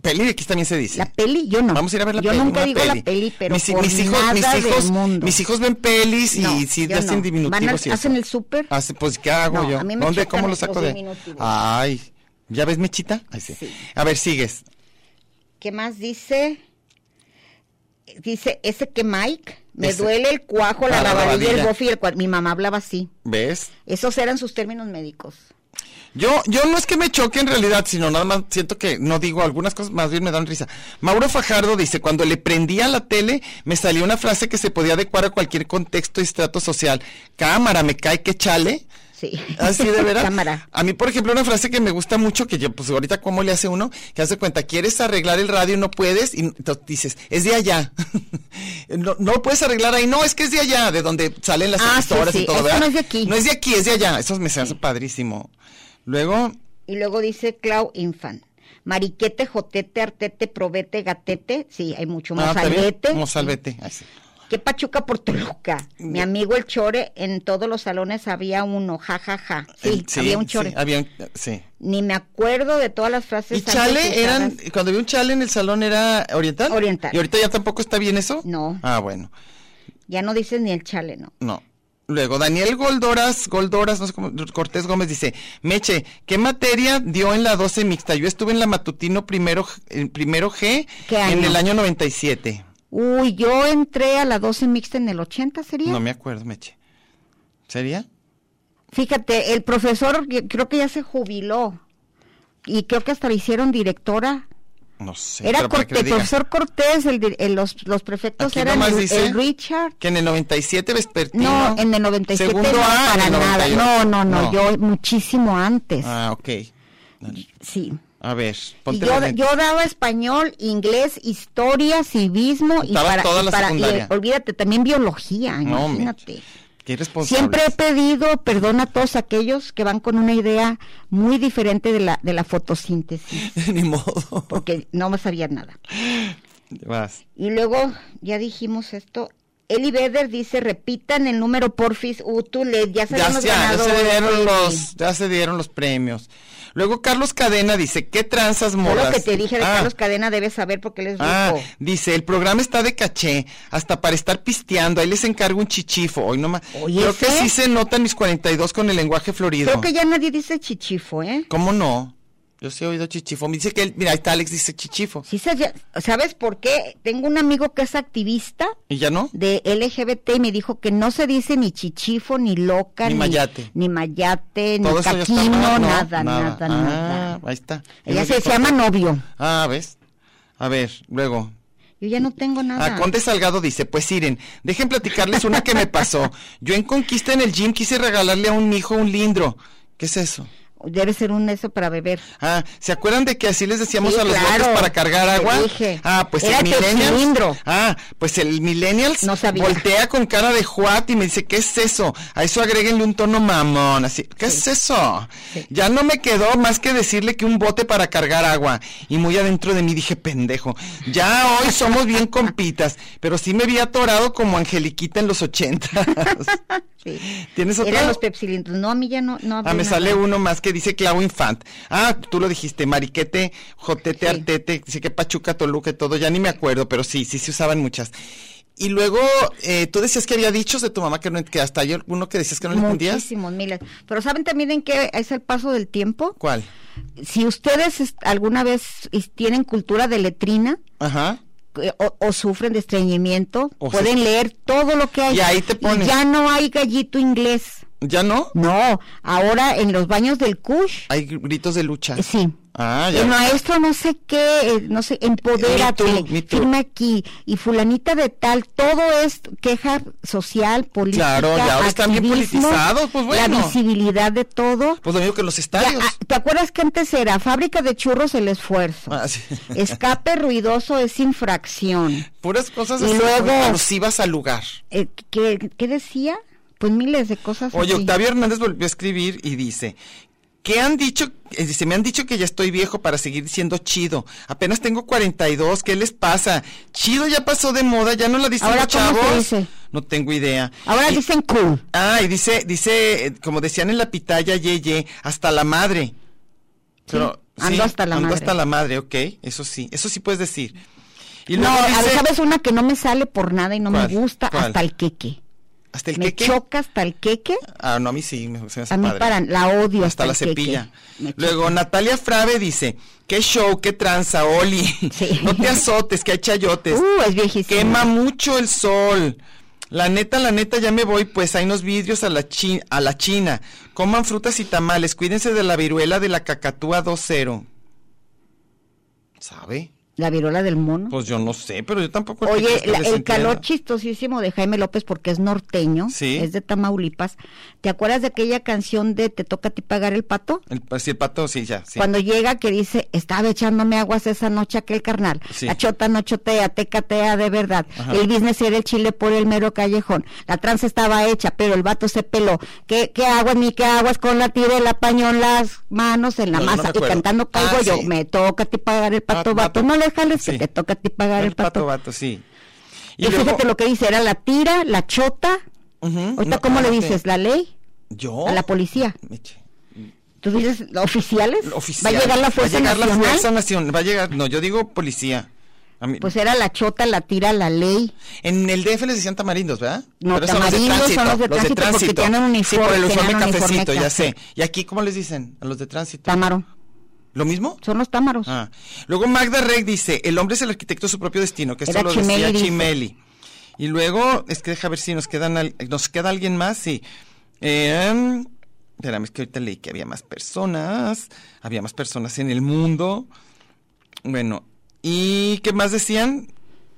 [SPEAKER 3] Peli de aquí también se dice.
[SPEAKER 4] la peli, yo no.
[SPEAKER 3] Vamos a ir a ver la
[SPEAKER 4] yo
[SPEAKER 3] peli.
[SPEAKER 4] Yo nunca
[SPEAKER 3] una
[SPEAKER 4] digo la peli, pero
[SPEAKER 3] mis, hi-
[SPEAKER 4] por
[SPEAKER 3] mis hijos,
[SPEAKER 4] nada
[SPEAKER 3] mis
[SPEAKER 4] del
[SPEAKER 3] hijos,
[SPEAKER 4] mundo.
[SPEAKER 3] mis hijos ven pelis y
[SPEAKER 4] No,
[SPEAKER 3] sí
[SPEAKER 4] yo
[SPEAKER 3] hacen
[SPEAKER 4] no. Van al-
[SPEAKER 3] diminutivos. y eso.
[SPEAKER 4] hacen el súper.
[SPEAKER 3] Hace- pues, ¿qué hago
[SPEAKER 4] No,
[SPEAKER 3] yo?
[SPEAKER 4] a mí me
[SPEAKER 3] ¿Dónde?
[SPEAKER 4] chocan
[SPEAKER 3] ¿Cómo lo
[SPEAKER 4] los
[SPEAKER 3] saco de...?
[SPEAKER 4] diminutivos.
[SPEAKER 3] Ay, ¿ya ves, Mechita? Ay, sí.
[SPEAKER 4] Sí.
[SPEAKER 3] A ver, sigues.
[SPEAKER 4] ¿Qué más dice? Dice, ese que Mike, me
[SPEAKER 3] Ese.
[SPEAKER 4] duele el cuajo, la
[SPEAKER 3] Ah, la
[SPEAKER 4] rabadilla, el
[SPEAKER 3] rabadilla.
[SPEAKER 4] bofe y el cuar- Mi mamá hablaba así.
[SPEAKER 3] ¿Ves?
[SPEAKER 4] Esos eran sus términos médicos.
[SPEAKER 3] Yo, yo no es que me choque en realidad, sino nada más siento que no digo algunas cosas, más bien me dan risa. Mauro Fajardo dice, cuando le prendía la tele, me salió una frase que se podía adecuar a cualquier contexto y estrato social. Cámara, me cae que chale.
[SPEAKER 4] Sí.
[SPEAKER 3] Así Ah, de veras.
[SPEAKER 4] Cámara.
[SPEAKER 3] A mí, por ejemplo, una frase que me gusta mucho, que yo, pues ahorita, ¿cómo le hace uno? Que hace cuenta, quieres arreglar el radio y no puedes, y entonces dices, es de allá. no, no lo puedes arreglar ahí, no, es que es de allá, de donde salen las
[SPEAKER 4] Ah, sí,
[SPEAKER 3] emisoras
[SPEAKER 4] sí,
[SPEAKER 3] y todo,
[SPEAKER 4] eso
[SPEAKER 3] ¿verdad?
[SPEAKER 4] no es de aquí.
[SPEAKER 3] No es de aquí, es de allá. Eso me se hace padrísimo. Luego,
[SPEAKER 4] Y luego dice Clau Infant. Mariquete, jotete, artete, probete, gatete. Sí, hay mucho.
[SPEAKER 3] Ah, también,
[SPEAKER 4] Mozalbete.
[SPEAKER 3] Mozalbete. ay, sí.
[SPEAKER 4] Qué pachuca por Toluca. Mi amigo el chore, en todos los salones había uno. Ja, ja, ja. Sí,
[SPEAKER 3] Eh, sí,
[SPEAKER 4] había un chore.
[SPEAKER 3] Sí, había un- sí.
[SPEAKER 4] Ni me acuerdo de todas las frases.
[SPEAKER 3] Y
[SPEAKER 4] antes
[SPEAKER 3] chale,
[SPEAKER 4] usadas.
[SPEAKER 3] eran, cuando había un chale en el salón era oriental.
[SPEAKER 4] Oriental.
[SPEAKER 3] ¿Y ahorita ya tampoco está bien eso?
[SPEAKER 4] No.
[SPEAKER 3] Ah, bueno,
[SPEAKER 4] Ya no dices ni el chale, no.
[SPEAKER 3] no. Luego, Daniel Goldoras, Goldoras, no sé cómo, Cortés Gómez dice, Meche, ¿qué materia dio en la 12 mixta? Yo estuve en la matutino primero, en primero G,
[SPEAKER 4] ¿Qué
[SPEAKER 3] en
[SPEAKER 4] año?
[SPEAKER 3] el año 97.
[SPEAKER 4] Uy, yo entré a la 12 mixta en el 80, ¿sería?
[SPEAKER 3] No me acuerdo, Meche. ¿Sería?
[SPEAKER 4] Fíjate, el profesor que- creo que ya se jubiló. Y creo que hasta la hicieron directora.
[SPEAKER 3] No sé.
[SPEAKER 4] Era
[SPEAKER 3] pero para que
[SPEAKER 4] Cortés,
[SPEAKER 3] le diga.
[SPEAKER 4] profesor Cortés, el, dir- el- los, los prefectos
[SPEAKER 3] Aquí
[SPEAKER 4] eran
[SPEAKER 3] nomás
[SPEAKER 4] el,
[SPEAKER 3] dice
[SPEAKER 4] el Richard.
[SPEAKER 3] Que en el 97 vespertino.
[SPEAKER 4] No, en el 97
[SPEAKER 3] Segundo
[SPEAKER 4] no,
[SPEAKER 3] A, en
[SPEAKER 4] para
[SPEAKER 3] el
[SPEAKER 4] nada.
[SPEAKER 3] 98.
[SPEAKER 4] No, no, no, yo muchísimo antes.
[SPEAKER 3] Ah, ok.
[SPEAKER 4] Sí.
[SPEAKER 3] Ah, A ver, ponte
[SPEAKER 4] Y yo,
[SPEAKER 3] la lente.
[SPEAKER 4] yo daba español, inglés, historia, civismo y
[SPEAKER 3] Dabas
[SPEAKER 4] para,
[SPEAKER 3] toda
[SPEAKER 4] y
[SPEAKER 3] la
[SPEAKER 4] para- y,
[SPEAKER 3] secundaria.
[SPEAKER 4] eh, olvídate también biología,
[SPEAKER 3] No, hombre. Pues,
[SPEAKER 4] imagínate.
[SPEAKER 3] Qué irresponsable.
[SPEAKER 4] Siempre he pedido perdón a todos aquellos que van con una idea muy diferente de la de la fotosíntesis,
[SPEAKER 3] Ni modo.
[SPEAKER 4] porque no me sabían nada.
[SPEAKER 3] Vas.
[SPEAKER 4] Y luego ya dijimos esto. Eli Beder dice, repitan el número porfis, uh, tú le, ya
[SPEAKER 3] Ya,
[SPEAKER 4] sabemos
[SPEAKER 3] se- ya se dieron
[SPEAKER 4] ganadores,
[SPEAKER 3] los, ya se dieron los premios. Luego Carlos Cadena dice, ¿qué tranzas
[SPEAKER 4] Fue
[SPEAKER 3] modas?
[SPEAKER 4] Lo que te dije de
[SPEAKER 3] Ah,
[SPEAKER 4] Carlos Cadena debes saber porque les
[SPEAKER 3] Ah,
[SPEAKER 4] dijo.
[SPEAKER 3] dice, el programa está de caché, hasta para estar pisteando, ahí les encargo un chichifo, hoy nomás.
[SPEAKER 4] Oye,
[SPEAKER 3] Creo que
[SPEAKER 4] ¿sí?
[SPEAKER 3] sí se notan mis 42 con el lenguaje florido.
[SPEAKER 4] Creo que ya nadie dice chichifo, ¿eh?
[SPEAKER 3] ¿Cómo no? Yo sí he oído chichifo. Me dice que él, mira, ahí está Alex dice chichifo.
[SPEAKER 4] Sí, se- ya- ¿sabes por qué? Tengo un amigo que es activista
[SPEAKER 3] ¿Y ya no?
[SPEAKER 4] de LGBT y me dijo que no se dice ni chichifo, ni loca,
[SPEAKER 3] Ni mayate.
[SPEAKER 4] ni mayate, ni
[SPEAKER 3] Todo eso ya está
[SPEAKER 4] caquino,
[SPEAKER 3] mal, no,
[SPEAKER 4] nada, nada,
[SPEAKER 3] Ah,
[SPEAKER 4] nada.
[SPEAKER 3] Ahí está.
[SPEAKER 4] Ella
[SPEAKER 3] Él
[SPEAKER 4] se,
[SPEAKER 3] dijo-
[SPEAKER 4] se llama novio.
[SPEAKER 3] Ah, ¿ves? A ver, luego.
[SPEAKER 4] Yo ya no tengo nada.
[SPEAKER 3] Ah, Conde Salgado dice, pues Siren, dejen platicarles una que me pasó. Yo en Conquista en el gym quise regalarle a un hijo un lindro. ¿Qué es eso?
[SPEAKER 4] Debe ser un eso para beber.
[SPEAKER 3] Ah, ¿se acuerdan de que así les decíamos
[SPEAKER 4] Sí,
[SPEAKER 3] a los
[SPEAKER 4] claro,
[SPEAKER 3] botes para cargar
[SPEAKER 4] te
[SPEAKER 3] agua?
[SPEAKER 4] dije.
[SPEAKER 3] Ah, pues
[SPEAKER 4] Era
[SPEAKER 3] el millennials.
[SPEAKER 4] tetilindro.
[SPEAKER 3] Ah, pues el millennials
[SPEAKER 4] No sabía.
[SPEAKER 3] voltea con cara de juat y me dice, "¿Qué es eso?" A eso agréguenle un tono mamón, así. ¿Qué es eso? Ya no me quedó más que decirle que un bote para cargar agua y muy adentro de mí dije, "Pendejo, ya hoy somos bien compitas", pero sí me vi atorado como angeliquita en los ochentas.
[SPEAKER 4] Sí.
[SPEAKER 3] ¿Tienes otra?
[SPEAKER 4] Eran los pepsilindros. No, a mí ya no. no
[SPEAKER 3] Ah,
[SPEAKER 4] hablé
[SPEAKER 3] me
[SPEAKER 4] nada.
[SPEAKER 3] sale uno más que dice Clau Infant. Ah, tú lo dijiste, Mariquete, Jotete,
[SPEAKER 4] Sí.
[SPEAKER 3] Artete, dice que Pachuca, Toluca y todo, ya ni me acuerdo, pero sí, sí se usaban muchas. Y luego, eh, tú decías que había dichos de tu mamá que, no, que hasta hay alguno que decías que no le entendías.
[SPEAKER 4] Muchísimos miles. Pero ¿saben también en qué es el paso del tiempo?
[SPEAKER 3] ¿Cuál?
[SPEAKER 4] Si ustedes es- alguna vez es- tienen cultura de letrina
[SPEAKER 3] Ajá.
[SPEAKER 4] eh, o, o sufren de estreñimiento,
[SPEAKER 3] O se-
[SPEAKER 4] pueden leer todo lo que hay.
[SPEAKER 3] Y ahí te pones.
[SPEAKER 4] ya no hay gallito inglés.
[SPEAKER 3] ¿Ya no?
[SPEAKER 4] No, ahora en los baños del Kush,
[SPEAKER 3] Hay gritos de lucha.
[SPEAKER 4] eh, sí.
[SPEAKER 3] Ah, ya.
[SPEAKER 4] El maestro no sé qué, eh, no sé, empodérate,
[SPEAKER 3] Me too, me too.
[SPEAKER 4] firma aquí, y fulanita de tal, todo es queja social, política,
[SPEAKER 3] Claro, ya ahora están bien
[SPEAKER 4] activismo,
[SPEAKER 3] politizados, pues bueno.
[SPEAKER 4] La visibilidad de todo.
[SPEAKER 3] Pues lo mismo que los
[SPEAKER 4] Ya,
[SPEAKER 3] estadios.
[SPEAKER 4] ah, ¿Te acuerdas que antes era fábrica de churros el esfuerzo?
[SPEAKER 3] Ah, sí.
[SPEAKER 4] Escape ruidoso es infracción.
[SPEAKER 3] Puras cosas
[SPEAKER 4] Y
[SPEAKER 3] así,
[SPEAKER 4] luego-
[SPEAKER 3] alusivas al lugar.
[SPEAKER 4] Eh, ¿qué, qué decía? Pues miles de cosas.
[SPEAKER 3] Oye,
[SPEAKER 4] así.
[SPEAKER 3] Octavio Hernández volvió a escribir y dice, ¿qué han dicho? Eh, Dice, me han dicho que ya estoy viejo para seguir siendo chido. Apenas tengo 42, ¿qué les pasa? Chido ya pasó de moda, ya no la dicen
[SPEAKER 4] Ahora,
[SPEAKER 3] los
[SPEAKER 4] ¿cómo se
[SPEAKER 3] chavos.
[SPEAKER 4] dice?
[SPEAKER 3] No tengo idea.
[SPEAKER 4] Ahora
[SPEAKER 3] Y-
[SPEAKER 4] dicen cool.
[SPEAKER 3] Ah, y dice, dice, eh, como decían en la pitaya, ye, ye, hasta la madre. Pero,
[SPEAKER 4] ando hasta la
[SPEAKER 3] ando
[SPEAKER 4] madre.
[SPEAKER 3] hasta la madre, ok, eso sí, eso sí puedes decir. Y
[SPEAKER 4] no,
[SPEAKER 3] luego
[SPEAKER 4] a ver,
[SPEAKER 3] dice,
[SPEAKER 4] ¿sabes una que no me sale por nada y no
[SPEAKER 3] ¿Cuál?
[SPEAKER 4] me gusta?
[SPEAKER 3] ¿Cuál?
[SPEAKER 4] Hasta el queque.
[SPEAKER 3] hasta el
[SPEAKER 4] me
[SPEAKER 3] queque.
[SPEAKER 4] choca hasta el queque.
[SPEAKER 3] Ah, no, a mí sí, me, se me hace
[SPEAKER 4] A mí
[SPEAKER 3] padre.
[SPEAKER 4] para la odio
[SPEAKER 3] hasta
[SPEAKER 4] hasta,
[SPEAKER 3] la
[SPEAKER 4] el queque.
[SPEAKER 3] cepilla.
[SPEAKER 4] Me
[SPEAKER 3] Luego Natalia Frave dice, qué show, qué tranza, Oli.
[SPEAKER 4] Sí.
[SPEAKER 3] No te azotes, que hay chayotes.
[SPEAKER 4] choca. Uh, es viejísimo.
[SPEAKER 3] Quema mucho el sol. La neta, la neta, ya me voy, pues hay unos vidrios a la, chi- a la China. Coman frutas y tamales, cuídense de la viruela de la cacatúa 2-0. ¿Sabe?
[SPEAKER 4] La viruela del mono.
[SPEAKER 3] Pues yo no sé, pero yo tampoco...
[SPEAKER 4] Oye,
[SPEAKER 3] es que
[SPEAKER 4] la-
[SPEAKER 3] les
[SPEAKER 4] el
[SPEAKER 3] entienda.
[SPEAKER 4] calor chistosísimo de Jaime López porque es norteño,
[SPEAKER 3] Sí.
[SPEAKER 4] es de Tamaulipas. ¿Te acuerdas de aquella canción de Te toca a ti pagar el pato?
[SPEAKER 3] El, pues, sí, el pato, sí, ya. sí.
[SPEAKER 4] Cuando llega que dice, estaba echándome aguas esa noche aquel carnal.
[SPEAKER 3] Sí.
[SPEAKER 4] La chota no chotea, te catea de verdad. El business era el chile por el mero callejón. La tranza estaba hecha, pero el vato se peló. ¿Qué, qué aguas ni qué aguas con la tirela, pañón, las manos en la
[SPEAKER 3] No, yo no me
[SPEAKER 4] masa? y
[SPEAKER 3] acuerdo.
[SPEAKER 4] cantando caigo
[SPEAKER 3] Ah,
[SPEAKER 4] yo,
[SPEAKER 3] sí.
[SPEAKER 4] me toca a ti pagar el pato,
[SPEAKER 3] Ah, vato.
[SPEAKER 4] vato. No le jales que
[SPEAKER 3] Sí.
[SPEAKER 4] te toca a ti pagar el,
[SPEAKER 3] pato,
[SPEAKER 4] pato.
[SPEAKER 3] vato, sí.
[SPEAKER 4] Y, fíjate lo que dice, era la tira, la chota.
[SPEAKER 3] Ujú,
[SPEAKER 4] Ahorita,
[SPEAKER 3] no,
[SPEAKER 4] ¿cómo le
[SPEAKER 3] espérate. Oh.
[SPEAKER 4] dices? ¿La ley?
[SPEAKER 3] ¿Yo?
[SPEAKER 4] ¿A la policía?
[SPEAKER 3] Meche.
[SPEAKER 4] ¿Tú dices oficiales?
[SPEAKER 3] Oficial.
[SPEAKER 4] ¿Va a llegar la fuerza
[SPEAKER 3] Va a llegar la
[SPEAKER 4] nacional?
[SPEAKER 3] fuerza nacional. Va a llegar, no, yo digo policía. A mí-
[SPEAKER 4] Pues era la chota, la tira, la ley.
[SPEAKER 3] en el DF les decían tamarindos, ¿verdad?
[SPEAKER 4] No,
[SPEAKER 3] Pero son los de
[SPEAKER 4] tamarindos son los de tránsito porque tienen uniforme,
[SPEAKER 3] Sí, por el uniforme
[SPEAKER 4] tenían uniforme
[SPEAKER 3] cafecito, ya
[SPEAKER 4] café.
[SPEAKER 3] sé. ¿Y aquí cómo les dicen a los de tránsito?
[SPEAKER 4] Támaro.
[SPEAKER 3] ¿Lo mismo?
[SPEAKER 4] Son los támaros.
[SPEAKER 3] Ah. Luego Magda Reg dice, el hombre es el arquitecto de su propio destino, que esto
[SPEAKER 4] Era
[SPEAKER 3] lo decía
[SPEAKER 4] Chimeli, dice.
[SPEAKER 3] Chimeli. Y luego, es que deja ver si nos quedan al- nos queda alguien más, sí. Eh, espérame, es que ahorita leí que había más personas, había más personas en el mundo. Bueno, ¿y qué más decían?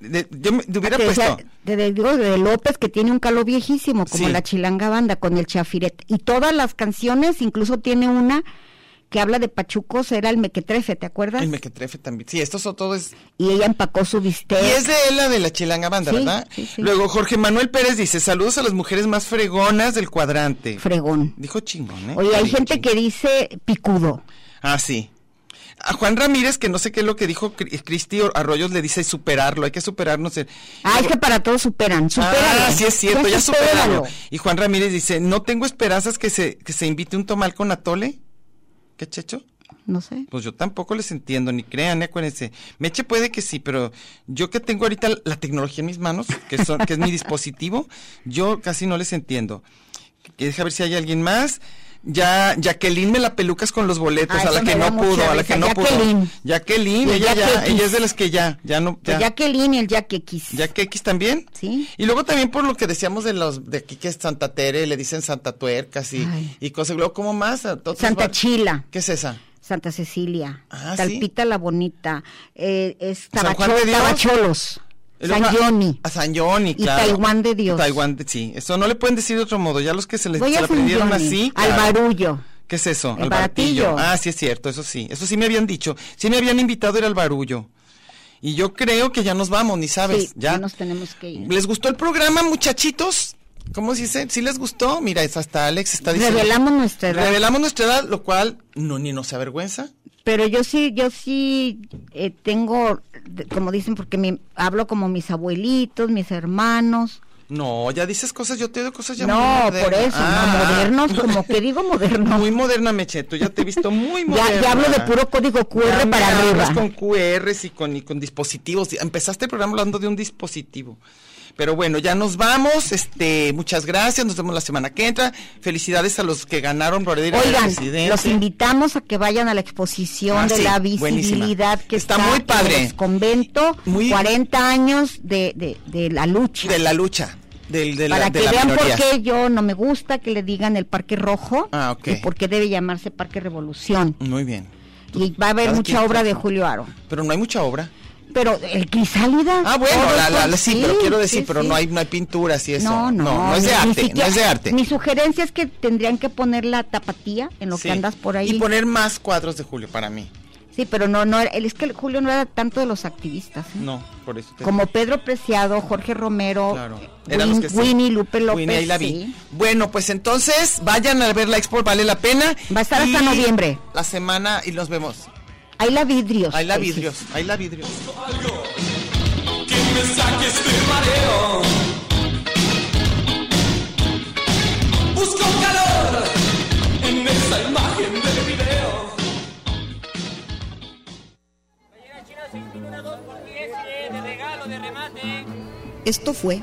[SPEAKER 3] De- yo me- te hubiera
[SPEAKER 4] Te
[SPEAKER 3] puesto...
[SPEAKER 4] decía- te de- digo, de López, que tiene un calor viejísimo, como
[SPEAKER 3] Sí.
[SPEAKER 4] la chilanga banda, con el chafiret. Y todas las canciones, incluso tiene una que habla de pachucos era el mequetrefe, ¿te acuerdas?
[SPEAKER 3] El mequetrefe también. Sí, estos son todos.
[SPEAKER 4] y ella empacó su bistec.
[SPEAKER 3] Y es de la de la Chilanga Banda,
[SPEAKER 4] Sí,
[SPEAKER 3] ¿verdad?
[SPEAKER 4] sí, sí.
[SPEAKER 3] Luego Jorge Manuel Pérez dice, saludos a las mujeres más fregonas del cuadrante.
[SPEAKER 4] Fregón.
[SPEAKER 3] Dijo chingón, ¿eh?
[SPEAKER 4] Oye, hay
[SPEAKER 3] Dijo
[SPEAKER 4] gente
[SPEAKER 3] chingón.
[SPEAKER 4] que dice picudo.
[SPEAKER 3] Ah, sí. A Juan Ramírez, que no sé qué es lo que dijo Cri- Cristi Arroyos, le dice superarlo, hay que superarnos. el-
[SPEAKER 4] Ah, es que para todos superan. Supéralo.
[SPEAKER 3] Ah, sí es cierto, ya
[SPEAKER 4] supéralo.
[SPEAKER 3] superarlo. Y Juan Ramírez dice, no tengo esperanzas que se, que se invite un tomal con atole. ¿Qué checho?
[SPEAKER 4] No sé.
[SPEAKER 3] Pues yo tampoco les entiendo, ni crean, ni acuérdense. Meche puede que sí, pero yo que tengo ahorita la tecnología en mis manos, que, son, que es mi dispositivo, yo casi no les entiendo. Que Deja ver si hay alguien más. Ya, Jacqueline me la pelucas con los boletos,
[SPEAKER 4] Ah,
[SPEAKER 3] a la
[SPEAKER 4] eso
[SPEAKER 3] que
[SPEAKER 4] me da
[SPEAKER 3] no
[SPEAKER 4] mucha
[SPEAKER 3] pudo, a la
[SPEAKER 4] risa.
[SPEAKER 3] que no pudo.
[SPEAKER 4] Jacqueline.
[SPEAKER 3] Jacqueline,
[SPEAKER 4] Y
[SPEAKER 3] ella ya,
[SPEAKER 4] Jack
[SPEAKER 3] ella
[SPEAKER 4] X.
[SPEAKER 3] es de las que ya, ya no,
[SPEAKER 4] El
[SPEAKER 3] ya.
[SPEAKER 4] Jack Elin y Pues el Jack X.
[SPEAKER 3] Jack X también.
[SPEAKER 4] Sí.
[SPEAKER 3] Y luego también por lo que decíamos de los de aquí que es Santa Tere, le dicen Santa Tuercas y,
[SPEAKER 4] Ay.
[SPEAKER 3] y cosas. Luego, ¿cómo más? A todos
[SPEAKER 4] Santa
[SPEAKER 3] bar-
[SPEAKER 4] Chila.
[SPEAKER 3] ¿Qué es esa?
[SPEAKER 4] Santa Cecilia.
[SPEAKER 3] Ah, sí.
[SPEAKER 4] Talpita la Bonita. Eh, es
[SPEAKER 3] San Juan
[SPEAKER 4] Tabacho-
[SPEAKER 3] de Dios.
[SPEAKER 4] Tabacholos.
[SPEAKER 3] El
[SPEAKER 4] San
[SPEAKER 3] otro- Ah,
[SPEAKER 4] Johnny.
[SPEAKER 3] A San Johnny,
[SPEAKER 4] Y
[SPEAKER 3] claro.
[SPEAKER 4] Taiwán de Dios.
[SPEAKER 3] Taiwán, de- sí. Eso no le pueden decir de otro modo. Ya los que se les
[SPEAKER 4] Voy
[SPEAKER 3] se
[SPEAKER 4] a
[SPEAKER 3] la
[SPEAKER 4] San
[SPEAKER 3] aprendieron
[SPEAKER 4] Johnny,
[SPEAKER 3] así.
[SPEAKER 4] Al
[SPEAKER 3] claro.
[SPEAKER 4] barullo.
[SPEAKER 3] ¿Qué es eso?
[SPEAKER 4] El
[SPEAKER 3] Al baratillo.
[SPEAKER 4] baratillo.
[SPEAKER 3] Ah, sí es cierto, eso sí. Eso sí me habían dicho. Sí me habían invitado a ir al barullo. Y yo creo que ya nos vamos, ni sabes.
[SPEAKER 4] Sí,
[SPEAKER 3] ya
[SPEAKER 4] ya nos tenemos que ir.
[SPEAKER 3] ¿Les gustó el programa, muchachitos? ¿Cómo se dice? ¿Sí les gustó? Mira, es hasta Alex está diciendo.
[SPEAKER 4] Revelamos nuestra edad.
[SPEAKER 3] Revelamos nuestra edad, lo cual no ni nos avergüenza.
[SPEAKER 4] Pero yo sí, yo sí eh, tengo, de- como dicen, porque me, hablo como mis abuelitos, mis hermanos.
[SPEAKER 3] No, ya dices cosas, yo te digo cosas ya muy
[SPEAKER 4] no,
[SPEAKER 3] modernas.
[SPEAKER 4] por eso,
[SPEAKER 3] Ah.
[SPEAKER 4] no, modernos, como que digo modernos.
[SPEAKER 3] Muy moderna, Mecheto, ya te he visto muy
[SPEAKER 4] Ya-
[SPEAKER 3] moderna.
[SPEAKER 4] ya, hablo de puro código QR
[SPEAKER 3] Ya me
[SPEAKER 4] para
[SPEAKER 3] hablas
[SPEAKER 4] arriba.
[SPEAKER 3] con QRs y con, y con dispositivos. Empezaste el programa hablando de un dispositivo. Pero bueno, ya nos vamos. Este, muchas gracias. Nos vemos la semana que entra. Felicidades a los que ganaron por ir al
[SPEAKER 4] Oigan,
[SPEAKER 3] presidente.
[SPEAKER 4] los invitamos a que vayan a la exposición
[SPEAKER 3] Ah,
[SPEAKER 4] de
[SPEAKER 3] sí,
[SPEAKER 4] la
[SPEAKER 3] buenísima.
[SPEAKER 4] visibilidad que
[SPEAKER 3] Está
[SPEAKER 4] está,
[SPEAKER 3] muy padre.
[SPEAKER 4] en el convento,
[SPEAKER 3] Muy-
[SPEAKER 4] 40 años de, de, de la lucha.
[SPEAKER 3] de la lucha, del de la,
[SPEAKER 4] para
[SPEAKER 3] de
[SPEAKER 4] que
[SPEAKER 3] la
[SPEAKER 4] vean
[SPEAKER 3] minoría.
[SPEAKER 4] por qué yo no me gusta que le digan el Parque Rojo
[SPEAKER 3] Ah, ok. Mm.
[SPEAKER 4] y por qué debe llamarse Parque Revolución.
[SPEAKER 3] Muy bien.
[SPEAKER 4] Y va a haber
[SPEAKER 3] Cada
[SPEAKER 4] mucha
[SPEAKER 3] quien
[SPEAKER 4] obra
[SPEAKER 3] sabe.
[SPEAKER 4] de Julio Aro.
[SPEAKER 3] Pero no hay mucha obra.
[SPEAKER 4] Pero el Crisálida.
[SPEAKER 3] Ah, bueno,
[SPEAKER 4] todo
[SPEAKER 3] la- la-
[SPEAKER 4] esto-
[SPEAKER 3] la- sí, pero quiero decir,
[SPEAKER 4] sí,
[SPEAKER 3] pero
[SPEAKER 4] sí.
[SPEAKER 3] no hay no hay pinturas y eso.
[SPEAKER 4] No, no,
[SPEAKER 3] es de
[SPEAKER 4] ni
[SPEAKER 3] arte, no
[SPEAKER 4] siquiera-
[SPEAKER 3] es de arte.
[SPEAKER 4] Mi sugerencia es que tendrían que poner la tapatía en lo
[SPEAKER 3] Sí.
[SPEAKER 4] que andas por ahí.
[SPEAKER 3] Y poner más cuadros de Julio para mí.
[SPEAKER 4] Sí, pero no, no, era- es que el Julio no era tanto de los activistas. ¿eh?
[SPEAKER 3] No, por eso. te-
[SPEAKER 4] Como Pedro Preciado, Jorge Romero,
[SPEAKER 3] Claro.
[SPEAKER 4] eh,
[SPEAKER 3] Eran los
[SPEAKER 4] Win-
[SPEAKER 3] que sí.
[SPEAKER 4] Winnie, Lupe López.
[SPEAKER 3] Winnie, ahí la vi.
[SPEAKER 4] sí.
[SPEAKER 3] Bueno, pues entonces vayan a ver la expo, vale la pena.
[SPEAKER 4] Va a estar hasta
[SPEAKER 3] Y
[SPEAKER 4] noviembre.
[SPEAKER 3] La semana y nos vemos.
[SPEAKER 4] Ahí la vidrios.
[SPEAKER 3] Ahí la
[SPEAKER 4] sí, sí,
[SPEAKER 3] vidrios, ahí la vidrios.
[SPEAKER 6] que me saque este mareo. Busco calor en esa imagen del video.
[SPEAKER 7] de regalo, de remate.
[SPEAKER 1] Esto fue